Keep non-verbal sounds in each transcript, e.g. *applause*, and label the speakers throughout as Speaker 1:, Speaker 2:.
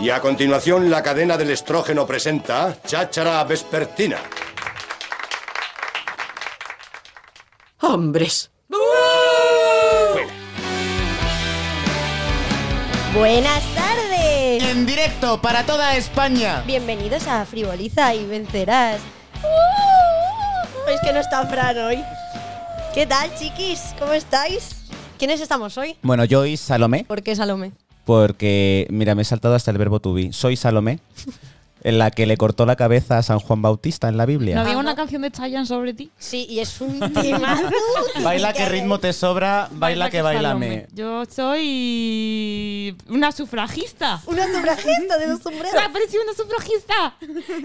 Speaker 1: Y a continuación, la cadena del estrógeno presenta Cháchara Vespertina.
Speaker 2: Hombres.
Speaker 3: Buenas tardes.
Speaker 4: En directo para toda España.
Speaker 3: Bienvenidos a Frivoliza y vencerás. Uh, Es que no está Fran hoy. ¿Qué tal, chiquis? ¿Cómo estáis? ¿Quiénes estamos hoy?
Speaker 4: Bueno, yo y Salomé,
Speaker 3: ¿Por qué Salomé?
Speaker 4: porque mira, me he saltado hasta el verbo to be. Soy Salomé, en la que le cortó la cabeza a San Juan Bautista en la
Speaker 5: ¿No
Speaker 4: Biblia.
Speaker 5: había una canción de Chayanne sobre ti?
Speaker 3: Sí, y es un timazo.
Speaker 4: *laughs* Baila que ritmo te sobra, baila que
Speaker 5: salome.
Speaker 4: bailame.
Speaker 5: Yo soy una sufragista.
Speaker 3: Una sufragista de dos sombreros.
Speaker 5: ¡Apareció una sufragista!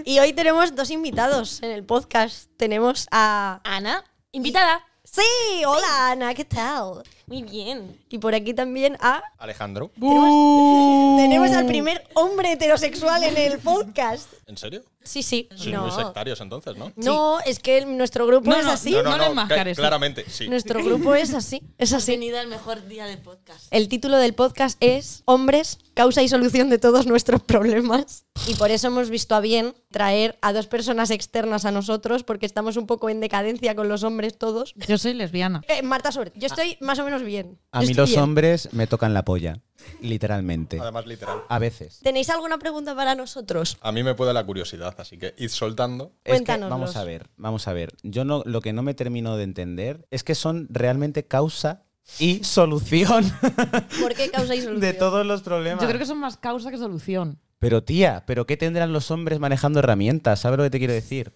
Speaker 3: Y hoy tenemos dos invitados en el podcast. Tenemos a.
Speaker 5: Ana, invitada.
Speaker 3: ¡Sí! ¡Hola, Ana! ¿Qué tal?
Speaker 5: Muy bien.
Speaker 3: Y por aquí también a.
Speaker 6: Alejandro.
Speaker 3: Tenemos al primer hombre heterosexual en el podcast.
Speaker 6: ¿En serio?
Speaker 3: Sí, sí.
Speaker 6: Sois muy sectarios entonces, ¿no? Ah,
Speaker 3: No, es que el- nuestro grupo
Speaker 5: No,
Speaker 3: es
Speaker 5: no,
Speaker 3: así.
Speaker 5: no, lo enmascares,
Speaker 6: cla-
Speaker 5: sí.
Speaker 6: Claramente, sí.
Speaker 3: Nuestro grupo es así. Es así.
Speaker 7: Bienvenido al mejor día del podcast.
Speaker 3: El título del podcast es Hombres, causa y solución de todos nuestros problemas. Y por eso hemos visto a bien traer a dos personas externas a nosotros, porque estamos un poco en decadencia con los hombres todos.
Speaker 5: Yo soy lesbiana.
Speaker 3: Eh, Marta sobre. Yo estoy más o menos bien.
Speaker 4: A
Speaker 3: Yo
Speaker 4: mí
Speaker 3: estoy
Speaker 4: los
Speaker 3: bien.
Speaker 4: hombres me tocan la polla, literalmente.
Speaker 6: Además, literal.
Speaker 4: A veces.
Speaker 3: ¿Tenéis alguna pregunta para nosotros?
Speaker 6: A mí me puede la curiosidad, así que id soltando.
Speaker 4: Es que
Speaker 3: Cuéntanoslos.
Speaker 4: vamos a ver, vamos a ver. Yo no, lo que no me termino de entender es que son realmente causa y solución *laughs*
Speaker 3: ¿Por qué causa y solución?
Speaker 4: de todos los problemas.
Speaker 5: Yo creo que son más causa que solución.
Speaker 4: Pero tía, ¿pero qué tendrán los hombres manejando herramientas? ¿Sabes lo que te quiero decir?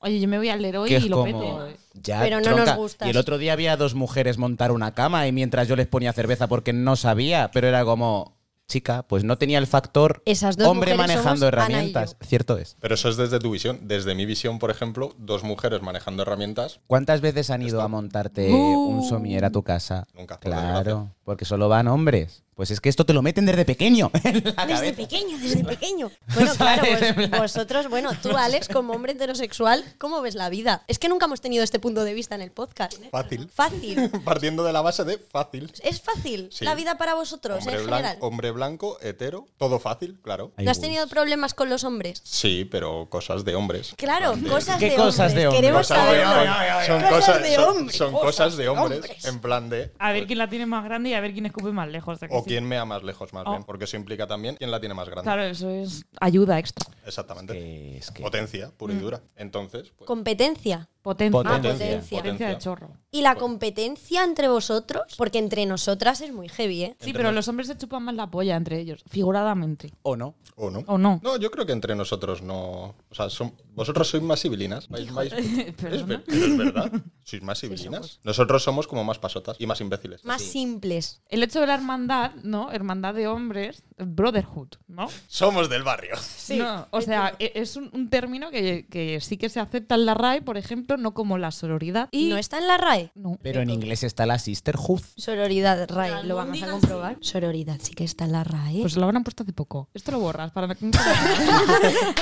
Speaker 5: Oye, yo me voy al Leroy
Speaker 4: que es
Speaker 5: y lo
Speaker 4: como...
Speaker 5: peto.
Speaker 4: Ya,
Speaker 3: Pero no nos
Speaker 4: tronca.
Speaker 3: gustas.
Speaker 4: Y el otro día había dos mujeres montar una cama y mientras yo les ponía cerveza porque no sabía, pero era como... Chica, pues no tenía el factor
Speaker 3: Esas dos
Speaker 4: hombre
Speaker 3: mujeres
Speaker 4: manejando
Speaker 3: somos Ana y
Speaker 4: herramientas. Cierto es.
Speaker 6: Pero eso es desde tu visión. Desde mi visión, por ejemplo, dos mujeres manejando herramientas.
Speaker 4: ¿Cuántas veces han ido a montarte un somier a tu casa?
Speaker 6: Nunca, por
Speaker 4: Claro,
Speaker 6: desgracia.
Speaker 4: porque solo van hombres. Pues es que esto te lo meten desde pequeño. *laughs* ¿eh? en la
Speaker 3: Desde
Speaker 4: Ah, cabeza.
Speaker 3: pequeño,
Speaker 4: *laughs*
Speaker 3: desde pequeño. Bueno, claro, vos- vosotros, bueno, tú, Alex, como hombre heterosexual, ¿cómo ves la vida? Es que nunca hemos tenido este punto de vista en el podcast.
Speaker 6: Fácil.
Speaker 3: Fácil.
Speaker 6: *laughs* Partiendo de la base de fácil.
Speaker 3: ¿Es fácil
Speaker 6: Sí.
Speaker 3: la vida para vosotros
Speaker 6: Hombre,
Speaker 3: en
Speaker 6: blan-
Speaker 3: general?
Speaker 6: hombre blanco, hetero, todo fácil, claro.
Speaker 4: Ay,
Speaker 3: ¿No has
Speaker 4: uy.
Speaker 3: tenido problemas con los hombres?
Speaker 6: Sí, pero cosas de hombres.
Speaker 3: Claro, cosas
Speaker 4: ¿Qué
Speaker 3: de
Speaker 4: cosas de
Speaker 3: hombres.
Speaker 4: hombres?
Speaker 3: Queremos
Speaker 6: Cosas de-
Speaker 3: saberlo.
Speaker 6: son
Speaker 3: Cosas
Speaker 6: cosas
Speaker 3: de
Speaker 6: son-
Speaker 3: hombres,
Speaker 6: Son
Speaker 3: cosas
Speaker 6: cosas de
Speaker 3: de
Speaker 6: hombres,
Speaker 3: hombres.
Speaker 6: en plan de.
Speaker 5: A ver
Speaker 6: pues,
Speaker 5: quién la tiene más grande y a ver quién escupe más lejos. sea que
Speaker 6: O
Speaker 5: sí.
Speaker 6: quién mea más lejos, más
Speaker 5: Oh.
Speaker 6: bien, porque eso implica también quién la tiene más grande.
Speaker 5: Claro, eso es ayuda extra.
Speaker 6: Exactamente.
Speaker 4: Que es que-
Speaker 6: Potencia, pura y dura. Entonces, pues,
Speaker 3: Competencia.
Speaker 5: Potencia.
Speaker 4: Potencia.
Speaker 5: Mm. Potencia,
Speaker 3: Potencia.
Speaker 5: de chorro.
Speaker 3: ¿Y
Speaker 6: Pues-
Speaker 3: la competencia entre vosotros? Porque entre nosotras es muy heavy, ¿eh?
Speaker 5: Sí, pero los hombres se chupan más la polla entre ellos, figuradamente.
Speaker 4: ¿O no?
Speaker 6: ¿O no?
Speaker 5: ¿O no?
Speaker 6: No, yo creo que entre nosotros no. O sea, son- vosotros sois más sibilinas. Vais- vais-
Speaker 5: *laughs*
Speaker 6: es, ver- pero *laughs* es verdad. Sois más sibilinas. nosotros somos como más pasotas y más imbéciles.
Speaker 3: Más simples.
Speaker 5: El hecho de la hermandad, ¿no? Hermandad de hombres, brotherhood, ¿no?
Speaker 6: Somos
Speaker 5: *laughs*
Speaker 6: del barrio.
Speaker 5: No, o sea, e- es un, un término que, que sí que se acepta en la RAE, por ejemplo, no como la sororidad. Y
Speaker 3: ¿No está en la RAE?
Speaker 5: No.
Speaker 4: Pero en inglés está la sisterhood.
Speaker 3: Sororidad, RAE, lo vamos a
Speaker 7: Albóndigas,
Speaker 3: comprobar. Sororidad sí que está en la ¿eh? RAE. *laughs*
Speaker 5: Pues lo habrán puesto hace poco. Esto lo borras para que-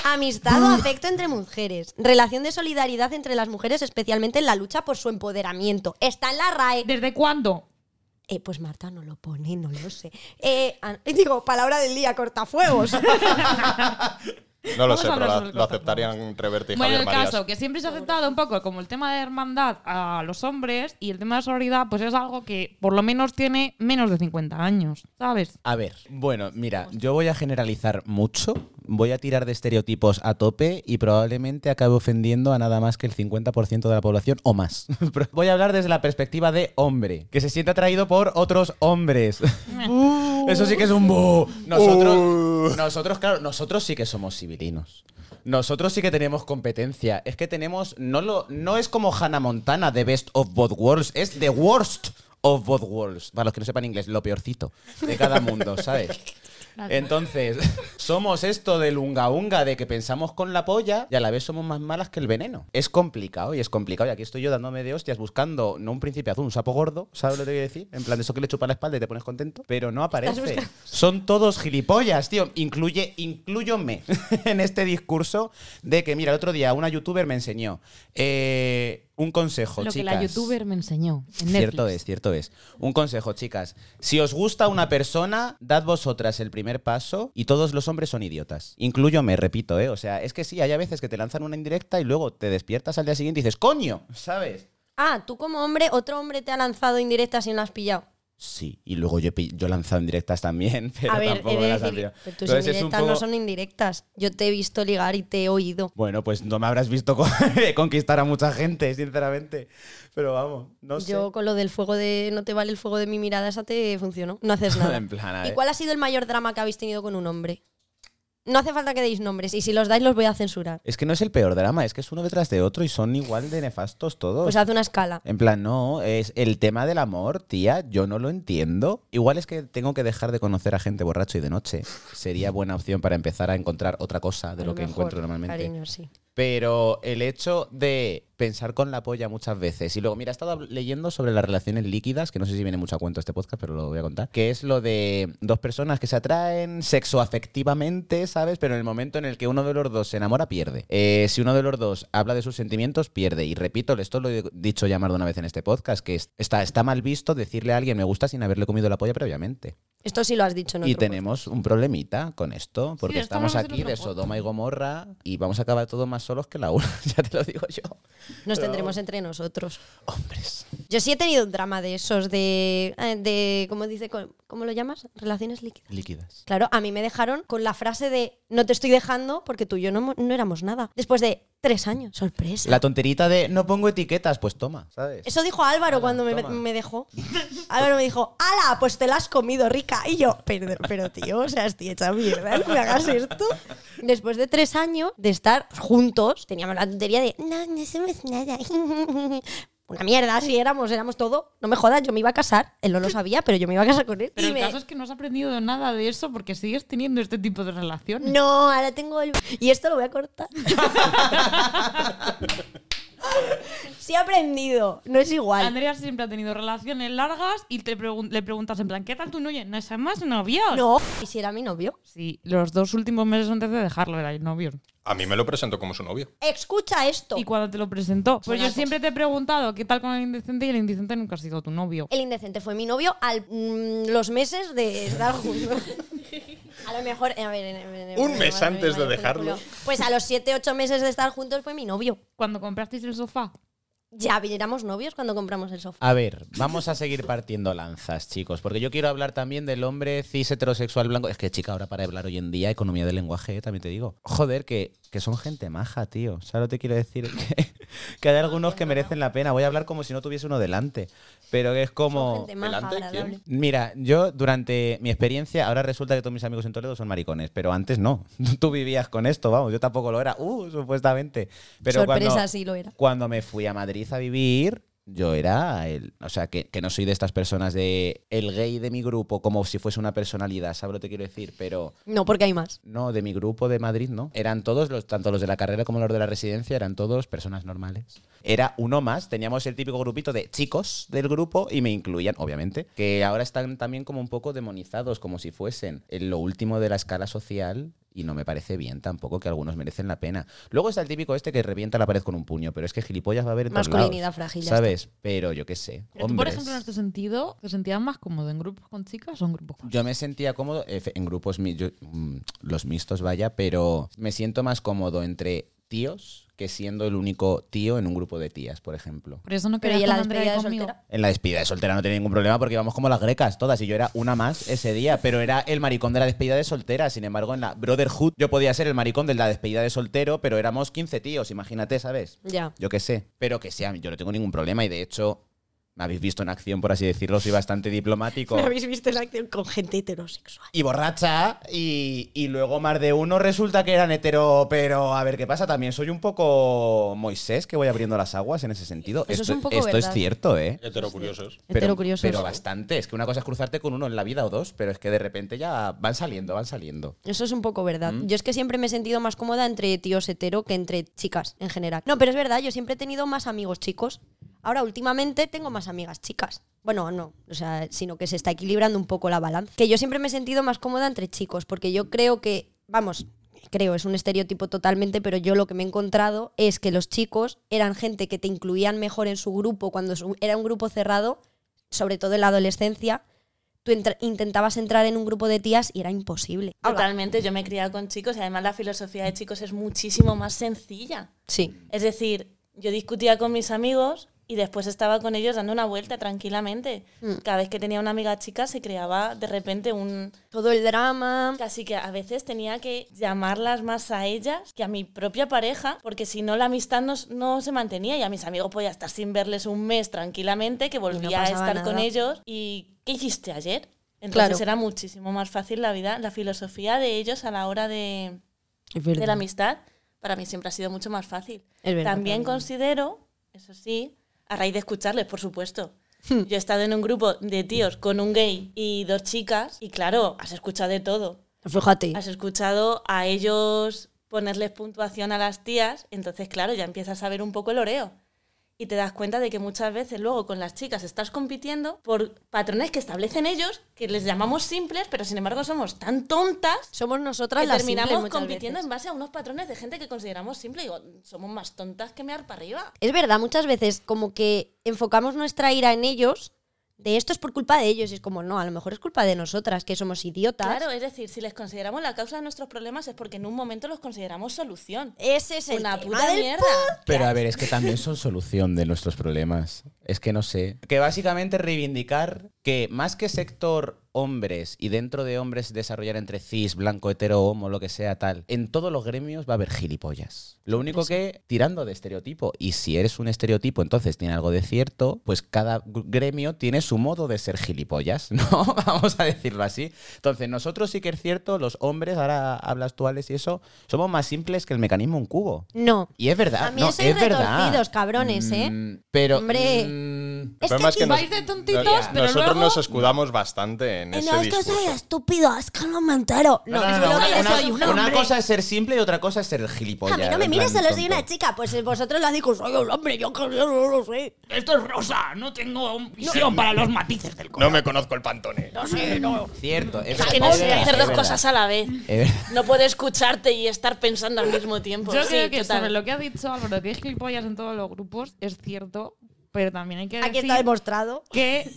Speaker 3: Amistad o afecto entre mujeres. Relación de solidaridad entre las mujeres, especialmente en la lucha por su empoderamiento. Está en la RAE.
Speaker 5: *laughs* ¿Desde cuándo?
Speaker 3: Eh, pues Marta no lo pone, no lo sé. Eh, an- *laughs* digo, palabra del día,
Speaker 4: *laughs*
Speaker 3: cortafuegos.
Speaker 6: No lo
Speaker 5: Vamos
Speaker 6: sé,
Speaker 5: a
Speaker 6: pero
Speaker 5: hablar
Speaker 6: la-
Speaker 5: sobre
Speaker 6: lo
Speaker 5: cosas,
Speaker 6: aceptarían entre Berta y
Speaker 5: Bueno, el
Speaker 6: Javier Marías.
Speaker 5: caso, que siempre se ha aceptado un poco como el tema de hermandad a los hombres y el tema de sororidad, pues es algo que por lo menos tiene menos de 50 años, ¿sabes?
Speaker 4: A ver, bueno, mira, yo voy a generalizar mucho, voy a tirar de estereotipos a tope y probablemente acabe ofendiendo a nada más que el 50% de la población o más. *laughs* Pero voy a hablar desde la perspectiva de hombre, que se siente atraído por otros *laughs* hombres. Eso sí que es un bu. Nosotros, nosotros, claro, nosotros sí que somos civilinos. Nosotros sí que tenemos competencia. Es que tenemos. No, lo, no es como Hannah Montana, The Best of Both Worlds. Es The Worst of Both Worlds. Para los que no sepan inglés, lo peorcito de cada mundo, ¿sabes? Entonces, *laughs* somos esto del unga unga de que pensamos con la polla y a la vez somos más malas que el veneno. Es complicado y es complicado. Y aquí estoy yo dándome de hostias buscando, no un príncipe azul, un sapo gordo, ¿sabes lo que te voy a decir? En plan de eso que le chupa la espalda y te pones contento, pero no aparece. Son todos gilipollas, tío. Incluye, incluyome *laughs* en este discurso de que, mira, el otro día una youtuber me enseñó. eh, Un consejo,
Speaker 5: Lo que
Speaker 4: chicas.
Speaker 5: la youtuber me enseñó en Netflix.
Speaker 4: Cierto es, cierto es. Un consejo, chicas. Si os gusta una persona, dad vosotras el primer paso y todos los hombres son idiotas. Incluyo me, repito, ¿eh? O sea, es que sí, hay a veces que te lanzan una indirecta y luego te despiertas al día siguiente y dices, coño, ¿sabes?
Speaker 3: Ah, tú como hombre, otro hombre te ha lanzado indirectas y no has pillado.
Speaker 4: Sí, y luego yo, he pi- yo he lanzado indirectas también, *laughs* pero
Speaker 3: a ver, he
Speaker 4: tampoco
Speaker 3: de
Speaker 4: las han
Speaker 3: decir,
Speaker 4: pillado.
Speaker 3: pero tus
Speaker 4: Entonces, es un
Speaker 3: indirectas no
Speaker 4: poco-
Speaker 3: son indirectas. Yo te he visto ligar y te he oído.
Speaker 4: Bueno, pues no me habrás visto *laughs* co- conquistar a mucha gente, sinceramente. Pero vamos, no sé.
Speaker 3: Yo con lo del fuego de no te vale el fuego de mi mirada, esa te funcionó. No
Speaker 4: *laughs*
Speaker 3: haces nada.
Speaker 4: En plan, a
Speaker 3: ¿Y
Speaker 4: ver.
Speaker 3: cuál ha sido el mayor drama que habéis tenido con un hombre? No hace falta que deis nombres y si los dais los voy a censurar.
Speaker 4: Es que no es el peor drama, es que es uno detrás de otro y son igual de nefastos todos.
Speaker 3: Pues haz una escala.
Speaker 4: En plan, no, es el tema del amor, tía, yo no lo entiendo. Igual es que tengo que dejar de conocer a gente borracho y de noche. Sería buena opción para empezar a encontrar otra cosa de
Speaker 3: A
Speaker 4: lo, que
Speaker 3: mejor,
Speaker 4: encuentro normalmente.
Speaker 3: Cariño, sí.
Speaker 4: Pero el hecho de pensar con la polla muchas veces. Y luego, mira, he estado leyendo sobre las relaciones líquidas, que no sé si viene mucho a cuento este podcast, pero lo voy a contar. Que es lo de dos personas que se atraen sexo afectivamente, ¿sabes? Pero en el momento en el que uno de los dos se enamora, pierde. Eh, si uno de los dos habla de sus sentimientos, pierde. Y repito, esto lo he dicho ya más de una vez en este podcast, que es- está, está mal visto decirle a alguien me gusta sin haberle comido la polla previamente.
Speaker 3: Esto sí lo has dicho, ¿no?
Speaker 4: Y tenemos un problemita con esto, porque
Speaker 5: de esto
Speaker 4: estamos
Speaker 5: vamos a hacer
Speaker 4: aquí
Speaker 5: otro
Speaker 4: de
Speaker 5: podcast.
Speaker 4: Sodoma y Gomorra y vamos a acabar todos más solos que la una, *laughs* ya te lo digo yo.
Speaker 3: Nos tendremos entre nosotros.
Speaker 4: Hombres.
Speaker 3: Yo sí he tenido un drama de esos, de, eh, de ¿cómo, dice, Co- ¿cómo lo llamas? Relaciones líquidas.
Speaker 4: Líquidas.
Speaker 3: Claro, a mí me dejaron con la frase de no te estoy dejando porque tú y yo no, mo- no éramos nada. Después de tres años, sorpresa.
Speaker 4: La tonterita de no pongo etiquetas, pues toma, ¿sabes?
Speaker 3: Eso dijo Álvaro cuando me,
Speaker 4: toma.
Speaker 3: me dejó. Álvaro me dijo, ¡Hala! Pues te la has comido, rica. Y yo, pero, pero tío, o sea, estoy hecha mierda, no me hagas esto. Después de tres años de estar juntos, teníamos la tontería de, no, no somos nada. *laughs* Una mierda, si éramos, éramos todo. No me jodas, yo me iba a casar. Él no lo sabía, pero yo me iba a casar con él.
Speaker 5: Pero
Speaker 3: Y
Speaker 5: el
Speaker 3: me-
Speaker 5: caso es que no has aprendido nada de eso porque sigues teniendo este tipo de relaciones.
Speaker 3: No, ahora tengo el... Y esto lo voy a
Speaker 5: *laughs*
Speaker 3: cortar. sí he aprendido, no es igual.
Speaker 5: Andrea siempre ha tenido relaciones largas y te pregun- le preguntas en plan, ¿qué tal tu novia? No es más novios.
Speaker 3: No, y si era mi novio.
Speaker 5: Sí, los dos últimos meses antes de dejarlo era el novio.
Speaker 6: A mí me lo presentó como su novio.
Speaker 3: Escucha esto.
Speaker 5: Y cuando te lo presentó. Pues yo
Speaker 3: Sonazos.
Speaker 5: siempre te he preguntado qué tal con el indecente y el indecente nunca ha sido tu novio.
Speaker 3: El indecente fue mi novio al mm, los meses de estar juntos. A lo mejor, a ver, en- en- en-
Speaker 6: Un
Speaker 3: en-
Speaker 6: mes
Speaker 3: en-
Speaker 6: antes de
Speaker 3: en- en-
Speaker 6: dejarlo.
Speaker 3: Pues a los 7, 8 meses de estar juntos fue mi novio.
Speaker 5: Cuando comprasteis el sofá.
Speaker 3: Ya éramos novios cuando compramos el sofá.
Speaker 4: A ver, vamos a seguir partiendo lanzas, chicos, porque yo quiero hablar también del hombre cis heterosexual blanco. Es que, chica, ahora para hablar hoy en día, economía del lenguaje, eh, también te digo. Joder, que, que son gente maja, tío. ¿Sabes lo que te quiero decir? *laughs* Que, que hay algunos que merecen la pena. Voy a hablar como si no tuviese uno delante, pero que es como...
Speaker 3: Gente maja,
Speaker 6: ¿Delante? Oh, ¿Quién?
Speaker 3: agradable.
Speaker 4: Mira, yo durante mi experiencia, ahora resulta que todos mis amigos en Toledo son maricones, pero antes no. *laughs* Tú vivías con esto, vamos, yo tampoco lo era, uh, supuestamente. Pero
Speaker 3: Sorpresa,
Speaker 4: cuando,
Speaker 3: sí lo era.
Speaker 4: Cuando me fui a Madrid a vivir, yo era el. O sea, que, que no soy de estas personas de el gay de mi grupo, como si fuese una personalidad, ¿sabes lo que quiero decir? Pero.
Speaker 3: No, porque hay más.
Speaker 4: No, de mi grupo de Madrid, no. Eran todos, los, tanto los de la carrera como los de la residencia, eran todos personas normales. Era uno más, teníamos el típico grupito de chicos del grupo y me incluían, obviamente, que ahora están también como un poco demonizados, como si fuesen en lo último de la escala social. Y no me parece bien tampoco que algunos merecen la pena. Luego está el típico este que revienta la pared con un puño, pero es que gilipollas va a haber en todos
Speaker 3: Masculinidad
Speaker 4: lados,
Speaker 3: frágil, ya
Speaker 4: ¿Sabes? Pero yo qué sé.
Speaker 5: Pero tú, por
Speaker 4: hombres.
Speaker 5: ejemplo, en este sentido, ¿te sentías más cómodo en grupos con chicas o en grupos con
Speaker 4: Yo me sentía cómodo efe- en grupos mi- yo- mm, los mixtos, vaya, pero me siento más cómodo entre tíos que siendo el único tío en un grupo de tías, por ejemplo.
Speaker 5: Por eso no
Speaker 3: Pero
Speaker 5: querías
Speaker 3: ¿y en la
Speaker 5: con Andrea
Speaker 3: despedida
Speaker 5: y
Speaker 3: de
Speaker 5: conmigo.
Speaker 3: soltera?
Speaker 4: En la despedida de soltera no tenía ningún problema porque íbamos como las grecas todas y yo era una más ese día, pero era el maricón de la despedida de soltera. Sin embargo, en la Brotherhood yo podía ser el maricón de la despedida de soltero, pero éramos 15 tíos, imagínate, ¿sabes?
Speaker 3: Ya.
Speaker 4: Yo qué sé. Pero que sea, yo no tengo ningún problema y de hecho me habéis visto en acción, por así decirlo, soy bastante diplomático.
Speaker 3: Me habéis visto en acción con gente heterosexual.
Speaker 4: y borracha y, y luego más de uno resulta que eran hetero, pero a ver qué pasa, también soy un poco Moisés que voy abriendo las aguas en ese sentido.
Speaker 3: Pues Eso es
Speaker 4: esto
Speaker 3: un poco
Speaker 4: esto es
Speaker 3: verdad.
Speaker 4: cierto, ¿eh?
Speaker 6: Heterocuriosos.
Speaker 4: Pero,
Speaker 3: Heterocuriosos.
Speaker 4: pero bastante, es que una cosa es cruzarte con uno en la vida o dos, pero es que de repente ya van saliendo, van saliendo.
Speaker 3: Eso es un poco verdad. Yo es que siempre me he sentido más cómoda entre tíos hetero que entre chicas en general. No, pero es verdad, yo siempre he tenido más amigos chicos. Ahora últimamente tengo más amigas chicas. Bueno, no, o sea, sino que se está equilibrando un poco la balanza. Que yo siempre me he sentido más cómoda entre chicos, porque yo creo que, vamos, creo, es un estereotipo totalmente, pero yo lo que me he encontrado es que los chicos eran gente que te incluían mejor en su grupo cuando su- era un grupo cerrado, sobre todo en la adolescencia. Tú entra- intentabas entrar en un grupo de tías y era imposible.
Speaker 2: Totalmente, yo me he criado con chicos y además la filosofía de chicos es muchísimo más sencilla.
Speaker 3: Sí.
Speaker 2: Es decir, yo discutía con mis amigos y después estaba con ellos dando una vuelta tranquilamente. Cada vez que tenía una amiga chica se creaba de repente un...
Speaker 3: Todo el drama.
Speaker 2: Así que a veces tenía que llamarlas más a ellas que a mi propia pareja, porque si no la amistad no, s- no se mantenía y a mis amigos podía estar sin verles un mes tranquilamente, que volvía a
Speaker 3: pasaba
Speaker 2: estar con
Speaker 3: nada.
Speaker 2: ellos. ¿Y qué hiciste ayer? Entonces
Speaker 3: Claro.
Speaker 2: era muchísimo más fácil la vida, la filosofía de ellos a la hora de,
Speaker 3: Es
Speaker 2: de la amistad para mí siempre ha sido mucho más fácil.
Speaker 3: Es verdad,
Speaker 2: También
Speaker 3: claro.
Speaker 2: considero, eso sí, a raíz de escucharles, por supuesto.
Speaker 3: Hmm.
Speaker 2: Yo he estado en un grupo de tíos con un gay y dos chicas y claro, has escuchado de todo.
Speaker 3: Fíjate.
Speaker 2: Has escuchado a ellos ponerles puntuación a las tías, entonces claro, ya empiezas a ver un poco el oreo. Y te das cuenta de que muchas veces luego con las chicas estás compitiendo por patrones que establecen ellos, que les llamamos simples, pero sin embargo somos tan tontas
Speaker 3: Somos nosotras
Speaker 2: que
Speaker 3: las
Speaker 2: terminamos
Speaker 3: simples muchas
Speaker 2: compitiendo
Speaker 3: veces.
Speaker 2: en base a unos patrones de gente que consideramos simple. Digo, somos más tontas que mear para arriba.
Speaker 3: Es verdad, muchas veces como que enfocamos nuestra ira en ellos, de esto es por culpa de ellos, y es como, no, a lo mejor es culpa de nosotras, que somos idiotas.
Speaker 2: Claro, es decir, si les consideramos la causa de nuestros problemas es porque en un momento los consideramos solución.
Speaker 3: Ese es el
Speaker 2: Una
Speaker 3: tema
Speaker 2: puta
Speaker 3: del
Speaker 2: mierda.
Speaker 3: pod-
Speaker 4: Pero a ver, es que también son solución de nuestros problemas. Es que no sé. Que básicamente reivindicar que más que sector hombres y dentro de hombres desarrollar entre cis, blanco, hetero, homo, lo que sea tal, en todos los gremios va a haber gilipollas. Lo único que tirando de estereotipo, y si eres un estereotipo entonces tiene algo de cierto, pues cada gr- gremio tiene su modo de ser gilipollas, *laughs* ¿no? Vamos a decirlo así. Entonces nosotros sí que es cierto, los hombres, ahora hablas tú Alex y eso, somos más simples que el mecanismo un cubo.
Speaker 3: No.
Speaker 4: Y es verdad.
Speaker 3: También
Speaker 4: no,
Speaker 3: sois
Speaker 4: es verdad.
Speaker 3: retorcidos, cabrones, ¿eh?
Speaker 4: Mm, pero.
Speaker 3: Hombre.
Speaker 4: mm,
Speaker 6: El problema es que
Speaker 5: aquí vais de tontitos, pero
Speaker 6: nosotros
Speaker 5: luego-
Speaker 6: nos escudamos bastante en ese discurso.
Speaker 3: estúpido, es que no me entero. No,
Speaker 4: no,
Speaker 3: es
Speaker 4: no,
Speaker 3: que
Speaker 4: no,
Speaker 3: lo que
Speaker 4: una,
Speaker 3: yo soy un
Speaker 4: una
Speaker 3: hombre.
Speaker 4: cosa es ser simple y otra cosa es ser
Speaker 3: A
Speaker 4: gilipollas.
Speaker 3: mí no me
Speaker 4: en
Speaker 3: mires,
Speaker 4: plan
Speaker 3: solo soy una
Speaker 4: tonto.
Speaker 3: chica. Pues eh, vosotros lo digo, soy un hombre, yo que yo no lo sé.
Speaker 5: Esto es rosa, no tengo visión para los matices del color.
Speaker 6: No me conozco el pantone.
Speaker 3: No sé, no.
Speaker 4: Cierto, es
Speaker 2: que
Speaker 4: verdad,
Speaker 2: no sé
Speaker 4: es
Speaker 2: hacer dos
Speaker 4: verdad.
Speaker 2: cosas a la vez.
Speaker 4: Es verdad.
Speaker 2: No puedo escucharte y estar pensando al mismo
Speaker 3: Pues
Speaker 2: tiempo.
Speaker 5: Yo
Speaker 2: Sí,
Speaker 5: creo que
Speaker 2: total.
Speaker 5: sobre lo que ha dicho Álvaro, que hay gilipollas en todos los grupos, es cierto, pero también hay que
Speaker 3: Aquí
Speaker 5: decir
Speaker 3: está demostrado.
Speaker 5: que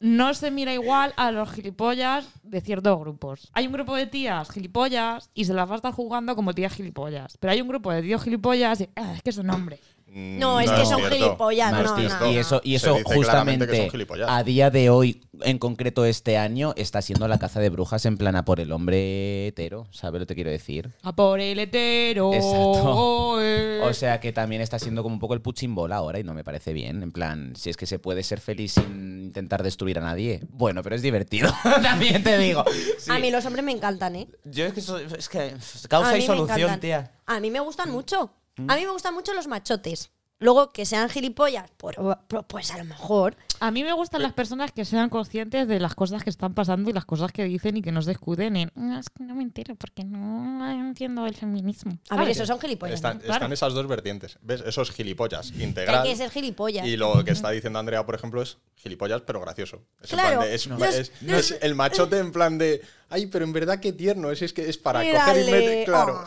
Speaker 5: no se mira igual a los gilipollas de ciertos grupos. Hay un grupo de tías gilipollas y se las va a estar jugando como tías gilipollas, pero hay un grupo de tíos gilipollas y "Ah, es que son hombres.
Speaker 3: No, es que son gilipollas,
Speaker 4: Vale,
Speaker 3: no,
Speaker 4: y-
Speaker 3: no,
Speaker 4: y eso, y
Speaker 6: Se
Speaker 4: eso
Speaker 6: dice claramente que
Speaker 4: justamente
Speaker 6: son gilipollas.
Speaker 4: a día de hoy, en concreto este año, está siendo la caza de brujas en plana por el hombre hetero, ¿sabes lo que te quiero decir?
Speaker 5: A por el hetero.
Speaker 4: Exacto.
Speaker 5: eh.
Speaker 4: O sea que también está siendo como un poco el puchimbola ahora y no me parece bien. En plan, si es que se puede ser feliz sin intentar destruir a nadie. Bueno, pero es divertido. *laughs* también te digo. Sí.
Speaker 3: A mí los hombres me encantan, ¿eh?
Speaker 4: Yo es que, soy- es que
Speaker 3: A
Speaker 4: causa
Speaker 3: mí
Speaker 4: y
Speaker 3: me
Speaker 4: solución,
Speaker 3: encantan.
Speaker 4: tía. Mm.
Speaker 3: A mí me gustan mucho. A mí me gustan mucho los machotes. Luego, que sean gilipollas, por- por- pues a lo mejor.
Speaker 5: A mí me gustan las personas que sean conscientes de las cosas que están pasando y las cosas que dicen y que no se escuden en "Ah, es que no me entero porque no entiendo el feminismo.
Speaker 3: A ver,
Speaker 5: ¿Sabes?
Speaker 3: esos son gilipollas.
Speaker 6: Están,
Speaker 3: ¿no?
Speaker 5: claro.
Speaker 6: están esas dos vertientes. ¿Ves? Esos gilipollas
Speaker 3: Que hay
Speaker 6: integral.
Speaker 3: que ser gilipollas.
Speaker 6: Y lo que está diciendo Andrea, por ejemplo, es gilipollas, pero gracioso. Es, en
Speaker 3: Claro,
Speaker 6: plan de- es-
Speaker 3: no.
Speaker 6: es-
Speaker 3: No.
Speaker 6: es el machote en plan de. Ay, pero en verdad qué tierno. Es, es que es para coger
Speaker 3: Mírale.
Speaker 6: y meter. Claro,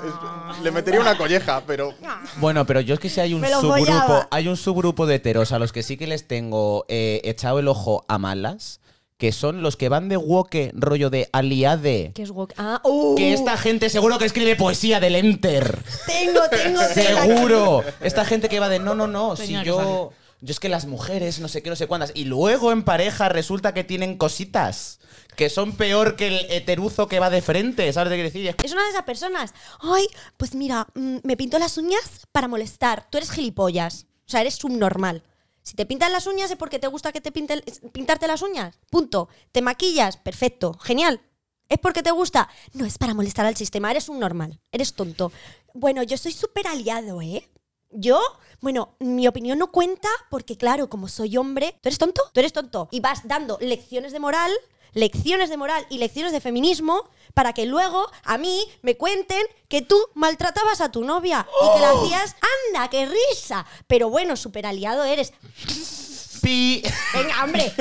Speaker 6: es- le metería
Speaker 3: Ah.
Speaker 6: una colleja, pero.
Speaker 4: Bueno, pero yo es que si hay un
Speaker 3: Me lo
Speaker 4: subgrupo,
Speaker 3: follaba.
Speaker 4: hay un subgrupo de heteros a los que sí que les tengo eh, echado el ojo a malas, que son los que van de woke rollo de aliade.
Speaker 3: Que es woke. Ah, uh,
Speaker 4: Que esta gente seguro que escribe poesía del Enter.
Speaker 3: Tengo, tengo. tela.
Speaker 4: *laughs* Seguro. Esta gente que va de no, no, no. Si
Speaker 5: Tenía que
Speaker 4: yo. Yo es que las mujeres, no sé qué, no sé cuántas. Y luego en pareja resulta que tienen cositas que son peor que el heteruzo que va de frente. ¿Sabes de qué decir? Y es-
Speaker 3: Es una de esas personas. Ay, pues mira, mm, me pinto las uñas para molestar. Tú eres gilipollas. O sea, eres subnormal. Si te pintas las uñas es porque te gusta que te pinten, es- pintarte las uñas. Punto. Te maquillas. Perfecto. Genial. Es porque te gusta. No es para molestar al sistema. Eres un normal. Eres tonto. Bueno, yo soy súper aliado, ¿eh? Yo, bueno, mi opinión no cuenta porque, claro, como soy hombre, ¿tú eres tonto? Tú eres tonto. Y vas dando lecciones de moral, lecciones de moral y lecciones de feminismo para que luego a mí me cuenten que tú maltratabas a tu novia y que la hacías, anda, qué risa. Pero bueno, super aliado eres.
Speaker 4: Pi.
Speaker 3: Venga, hombre,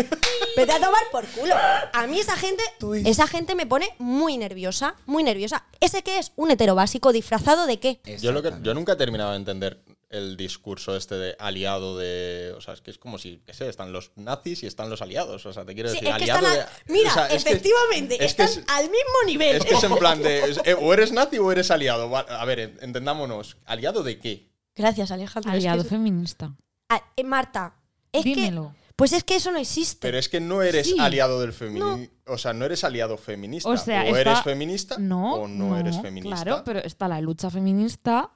Speaker 3: vete a tomar por culo. A mí esa gente, esa gente me pone muy nerviosa, muy nerviosa. ¿Ese qué es? ¿Un hetero básico disfrazado de qué?
Speaker 6: Yo, lo que, yo nunca he terminado de entender el discurso este de aliado de. O sea, es que es como si, qué sé, están los nazis y están los aliados. O sea, te quiero
Speaker 3: Sí,
Speaker 6: decir,
Speaker 3: es que
Speaker 6: aliado
Speaker 3: están al-
Speaker 6: de-
Speaker 3: Mira,
Speaker 6: o sea, es que-
Speaker 3: efectivamente,
Speaker 6: es que
Speaker 3: están
Speaker 6: es-
Speaker 3: al mismo nivel.
Speaker 6: Es que *laughs* es en plan de. es- eh, o eres nazi o eres aliado. Va- A ver, en- entendámonos. ¿Aliado de qué?
Speaker 3: Gracias, Alejandro. Ah, es que
Speaker 5: Aliado
Speaker 3: es-
Speaker 5: feminista.
Speaker 3: Ah, eh, Marta, es
Speaker 5: Dímelo.
Speaker 3: que. Pues es que eso no existe.
Speaker 6: Pero es que no eres
Speaker 5: Sí.
Speaker 6: aliado del feminismo. O sea, no eres aliado feminista.
Speaker 5: O sea,
Speaker 6: eres
Speaker 5: está-
Speaker 6: feminista
Speaker 5: No,
Speaker 6: o no, eres feminista.
Speaker 5: Claro, pero está la lucha feminista,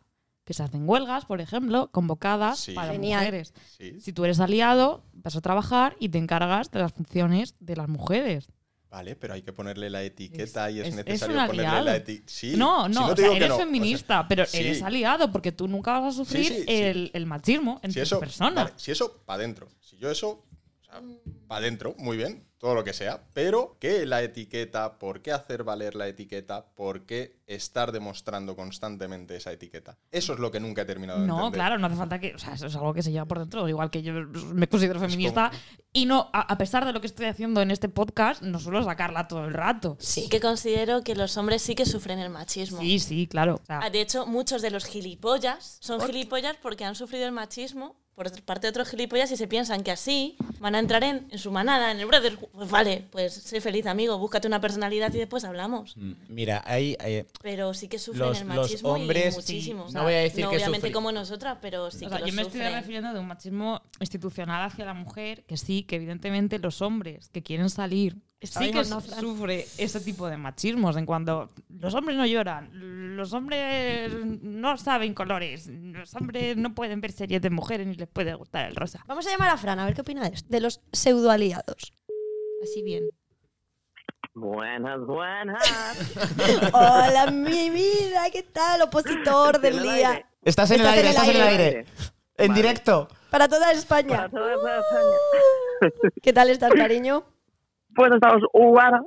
Speaker 5: que se hacen huelgas, por ejemplo, convocadas
Speaker 6: Sí.
Speaker 5: para
Speaker 3: Genial.
Speaker 5: mujeres.
Speaker 6: Sí,
Speaker 5: Si tú eres aliado, vas a trabajar y te encargas de las funciones de las mujeres.
Speaker 6: vale, pero hay que ponerle la etiqueta y
Speaker 5: es-
Speaker 6: es,
Speaker 5: es
Speaker 6: necesario
Speaker 5: un
Speaker 6: ponerle
Speaker 5: aliado.
Speaker 6: la etiqueta. Sí,
Speaker 5: no,
Speaker 6: si
Speaker 5: no, o
Speaker 6: te
Speaker 5: sea,
Speaker 6: digo que
Speaker 5: eres
Speaker 6: no, o sea,
Speaker 5: feminista, pero
Speaker 6: sí.
Speaker 5: eres aliado porque tú nunca vas a sufrir
Speaker 6: sí, sí.
Speaker 5: el, el machismo en
Speaker 6: si
Speaker 5: tus
Speaker 6: eso,
Speaker 5: personas.
Speaker 6: vale, si eso, para adentro. Si yo eso, para adentro, muy bien, todo lo que sea. Pero, ¿qué la etiqueta? ¿Por qué hacer valer la etiqueta? ¿Por qué estar demostrando constantemente esa etiqueta? Eso es lo que nunca he terminado de
Speaker 5: No,
Speaker 6: entender.
Speaker 5: claro, no hace falta que. O sea, eso es algo que se lleva por dentro. Igual que yo me considero feminista y no, a, a pesar de lo que estoy haciendo en este podcast, no suelo sacarla todo el rato.
Speaker 2: Sí que considero que los hombres sí que sufren el machismo.
Speaker 5: Sí, sí, claro. O sea,
Speaker 2: Ah, De hecho, muchos de los gilipollas son gilipollas porque han sufrido el machismo por otra parte de otros gilipollas y se piensan que así van a entrar en, en su manada, en el brother. Pues vale, pues sé feliz, amigo, búscate una personalidad y después hablamos.
Speaker 6: Mm.
Speaker 4: Mira, hay. eh,
Speaker 2: Pero sí que sufren
Speaker 4: Los-
Speaker 2: el
Speaker 4: los
Speaker 2: machismo
Speaker 4: hombres,
Speaker 2: y muchísimo.
Speaker 4: sí, no voy a decir que
Speaker 2: obviamente
Speaker 4: sufren.
Speaker 2: como nosotras, pero sí
Speaker 5: O
Speaker 2: que
Speaker 5: sea,
Speaker 2: lo
Speaker 5: yo me
Speaker 2: sufren.
Speaker 5: estoy refiriendo de un machismo institucional hacia la mujer, que sí, que evidentemente los hombres que quieren salir sí que
Speaker 3: diciendo
Speaker 5: su-
Speaker 3: Fran.
Speaker 5: sufre ese tipo de machismos en cuanto los hombres no lloran, los hombres no saben colores, los hombres no pueden ver series de mujeres ni les puede gustar el rosa.
Speaker 3: Vamos a llamar a Fran a ver qué opina de, esto, de los pseudoaliados. *laughs*
Speaker 5: Así bien.
Speaker 7: Buenas, buenas.
Speaker 3: Hola, mi vida, ¿qué tal?
Speaker 6: *laughs*
Speaker 3: Opositor del
Speaker 7: Estoy en el
Speaker 3: día.
Speaker 7: aire.
Speaker 4: Estás en el
Speaker 3: Estás
Speaker 4: aire,
Speaker 3: en el
Speaker 4: estás en el
Speaker 3: aire.
Speaker 4: aire. En
Speaker 7: Vale.
Speaker 4: directo.
Speaker 3: Para toda
Speaker 7: Para
Speaker 3: España.
Speaker 7: toda esa hazaña.
Speaker 3: ¿Qué tal estás, cariño?
Speaker 7: Pues estamos uvaras,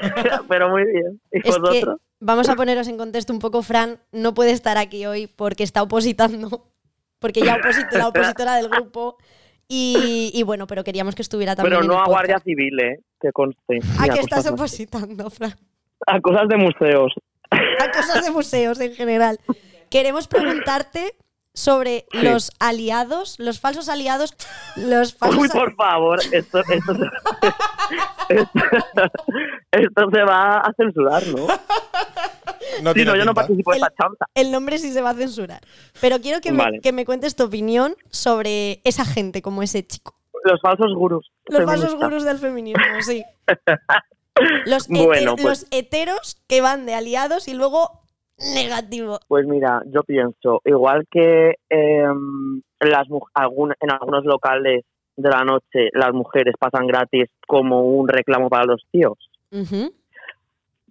Speaker 7: *laughs* pero muy bien. ¿Y
Speaker 3: Es que
Speaker 7: vosotros?
Speaker 3: vamos a poneros en contexto un poco, Fran no puede estar aquí hoy porque está opositando, porque ya opositó la opositora del grupo. Y, y bueno, pero queríamos que estuviera también.
Speaker 7: Pero
Speaker 3: en
Speaker 7: no
Speaker 3: el
Speaker 7: a
Speaker 3: podcast.
Speaker 7: Guardia Civil, ¿eh? Que conste.
Speaker 3: ¿A
Speaker 7: Y
Speaker 3: qué Ah, estás
Speaker 7: cosas-
Speaker 3: opositando, Fran?
Speaker 7: A cosas de museos.
Speaker 3: A cosas de museos en general. Queremos preguntarte sobre
Speaker 7: Sí.
Speaker 3: los aliados, los falsos aliados, los falsos.
Speaker 7: Uy, por favor, esto, esto, se,
Speaker 3: *laughs*
Speaker 7: esto, esto se va a censurar, ¿no?
Speaker 6: No
Speaker 7: Si
Speaker 6: tiene
Speaker 7: no, yo no
Speaker 6: pinta.
Speaker 7: participo en
Speaker 3: El-
Speaker 7: esta chanta.
Speaker 3: El nombre sí se va a censurar. Pero quiero que, me-
Speaker 7: Vale.
Speaker 3: que me cuentes tu opinión sobre esa gente, como ese chico.
Speaker 7: Los falsos gurús.
Speaker 3: Los falsos
Speaker 7: feministas.
Speaker 3: gurús del feminismo, sí.
Speaker 7: *laughs*
Speaker 3: Los, heter-
Speaker 7: Bueno, pues-
Speaker 3: los heteros que van de aliados y luego negativo.
Speaker 7: Pues mira, yo pienso, igual que em, las mu- algún- en algunos locales de la noche las mujeres pasan gratis como un reclamo para los tíos,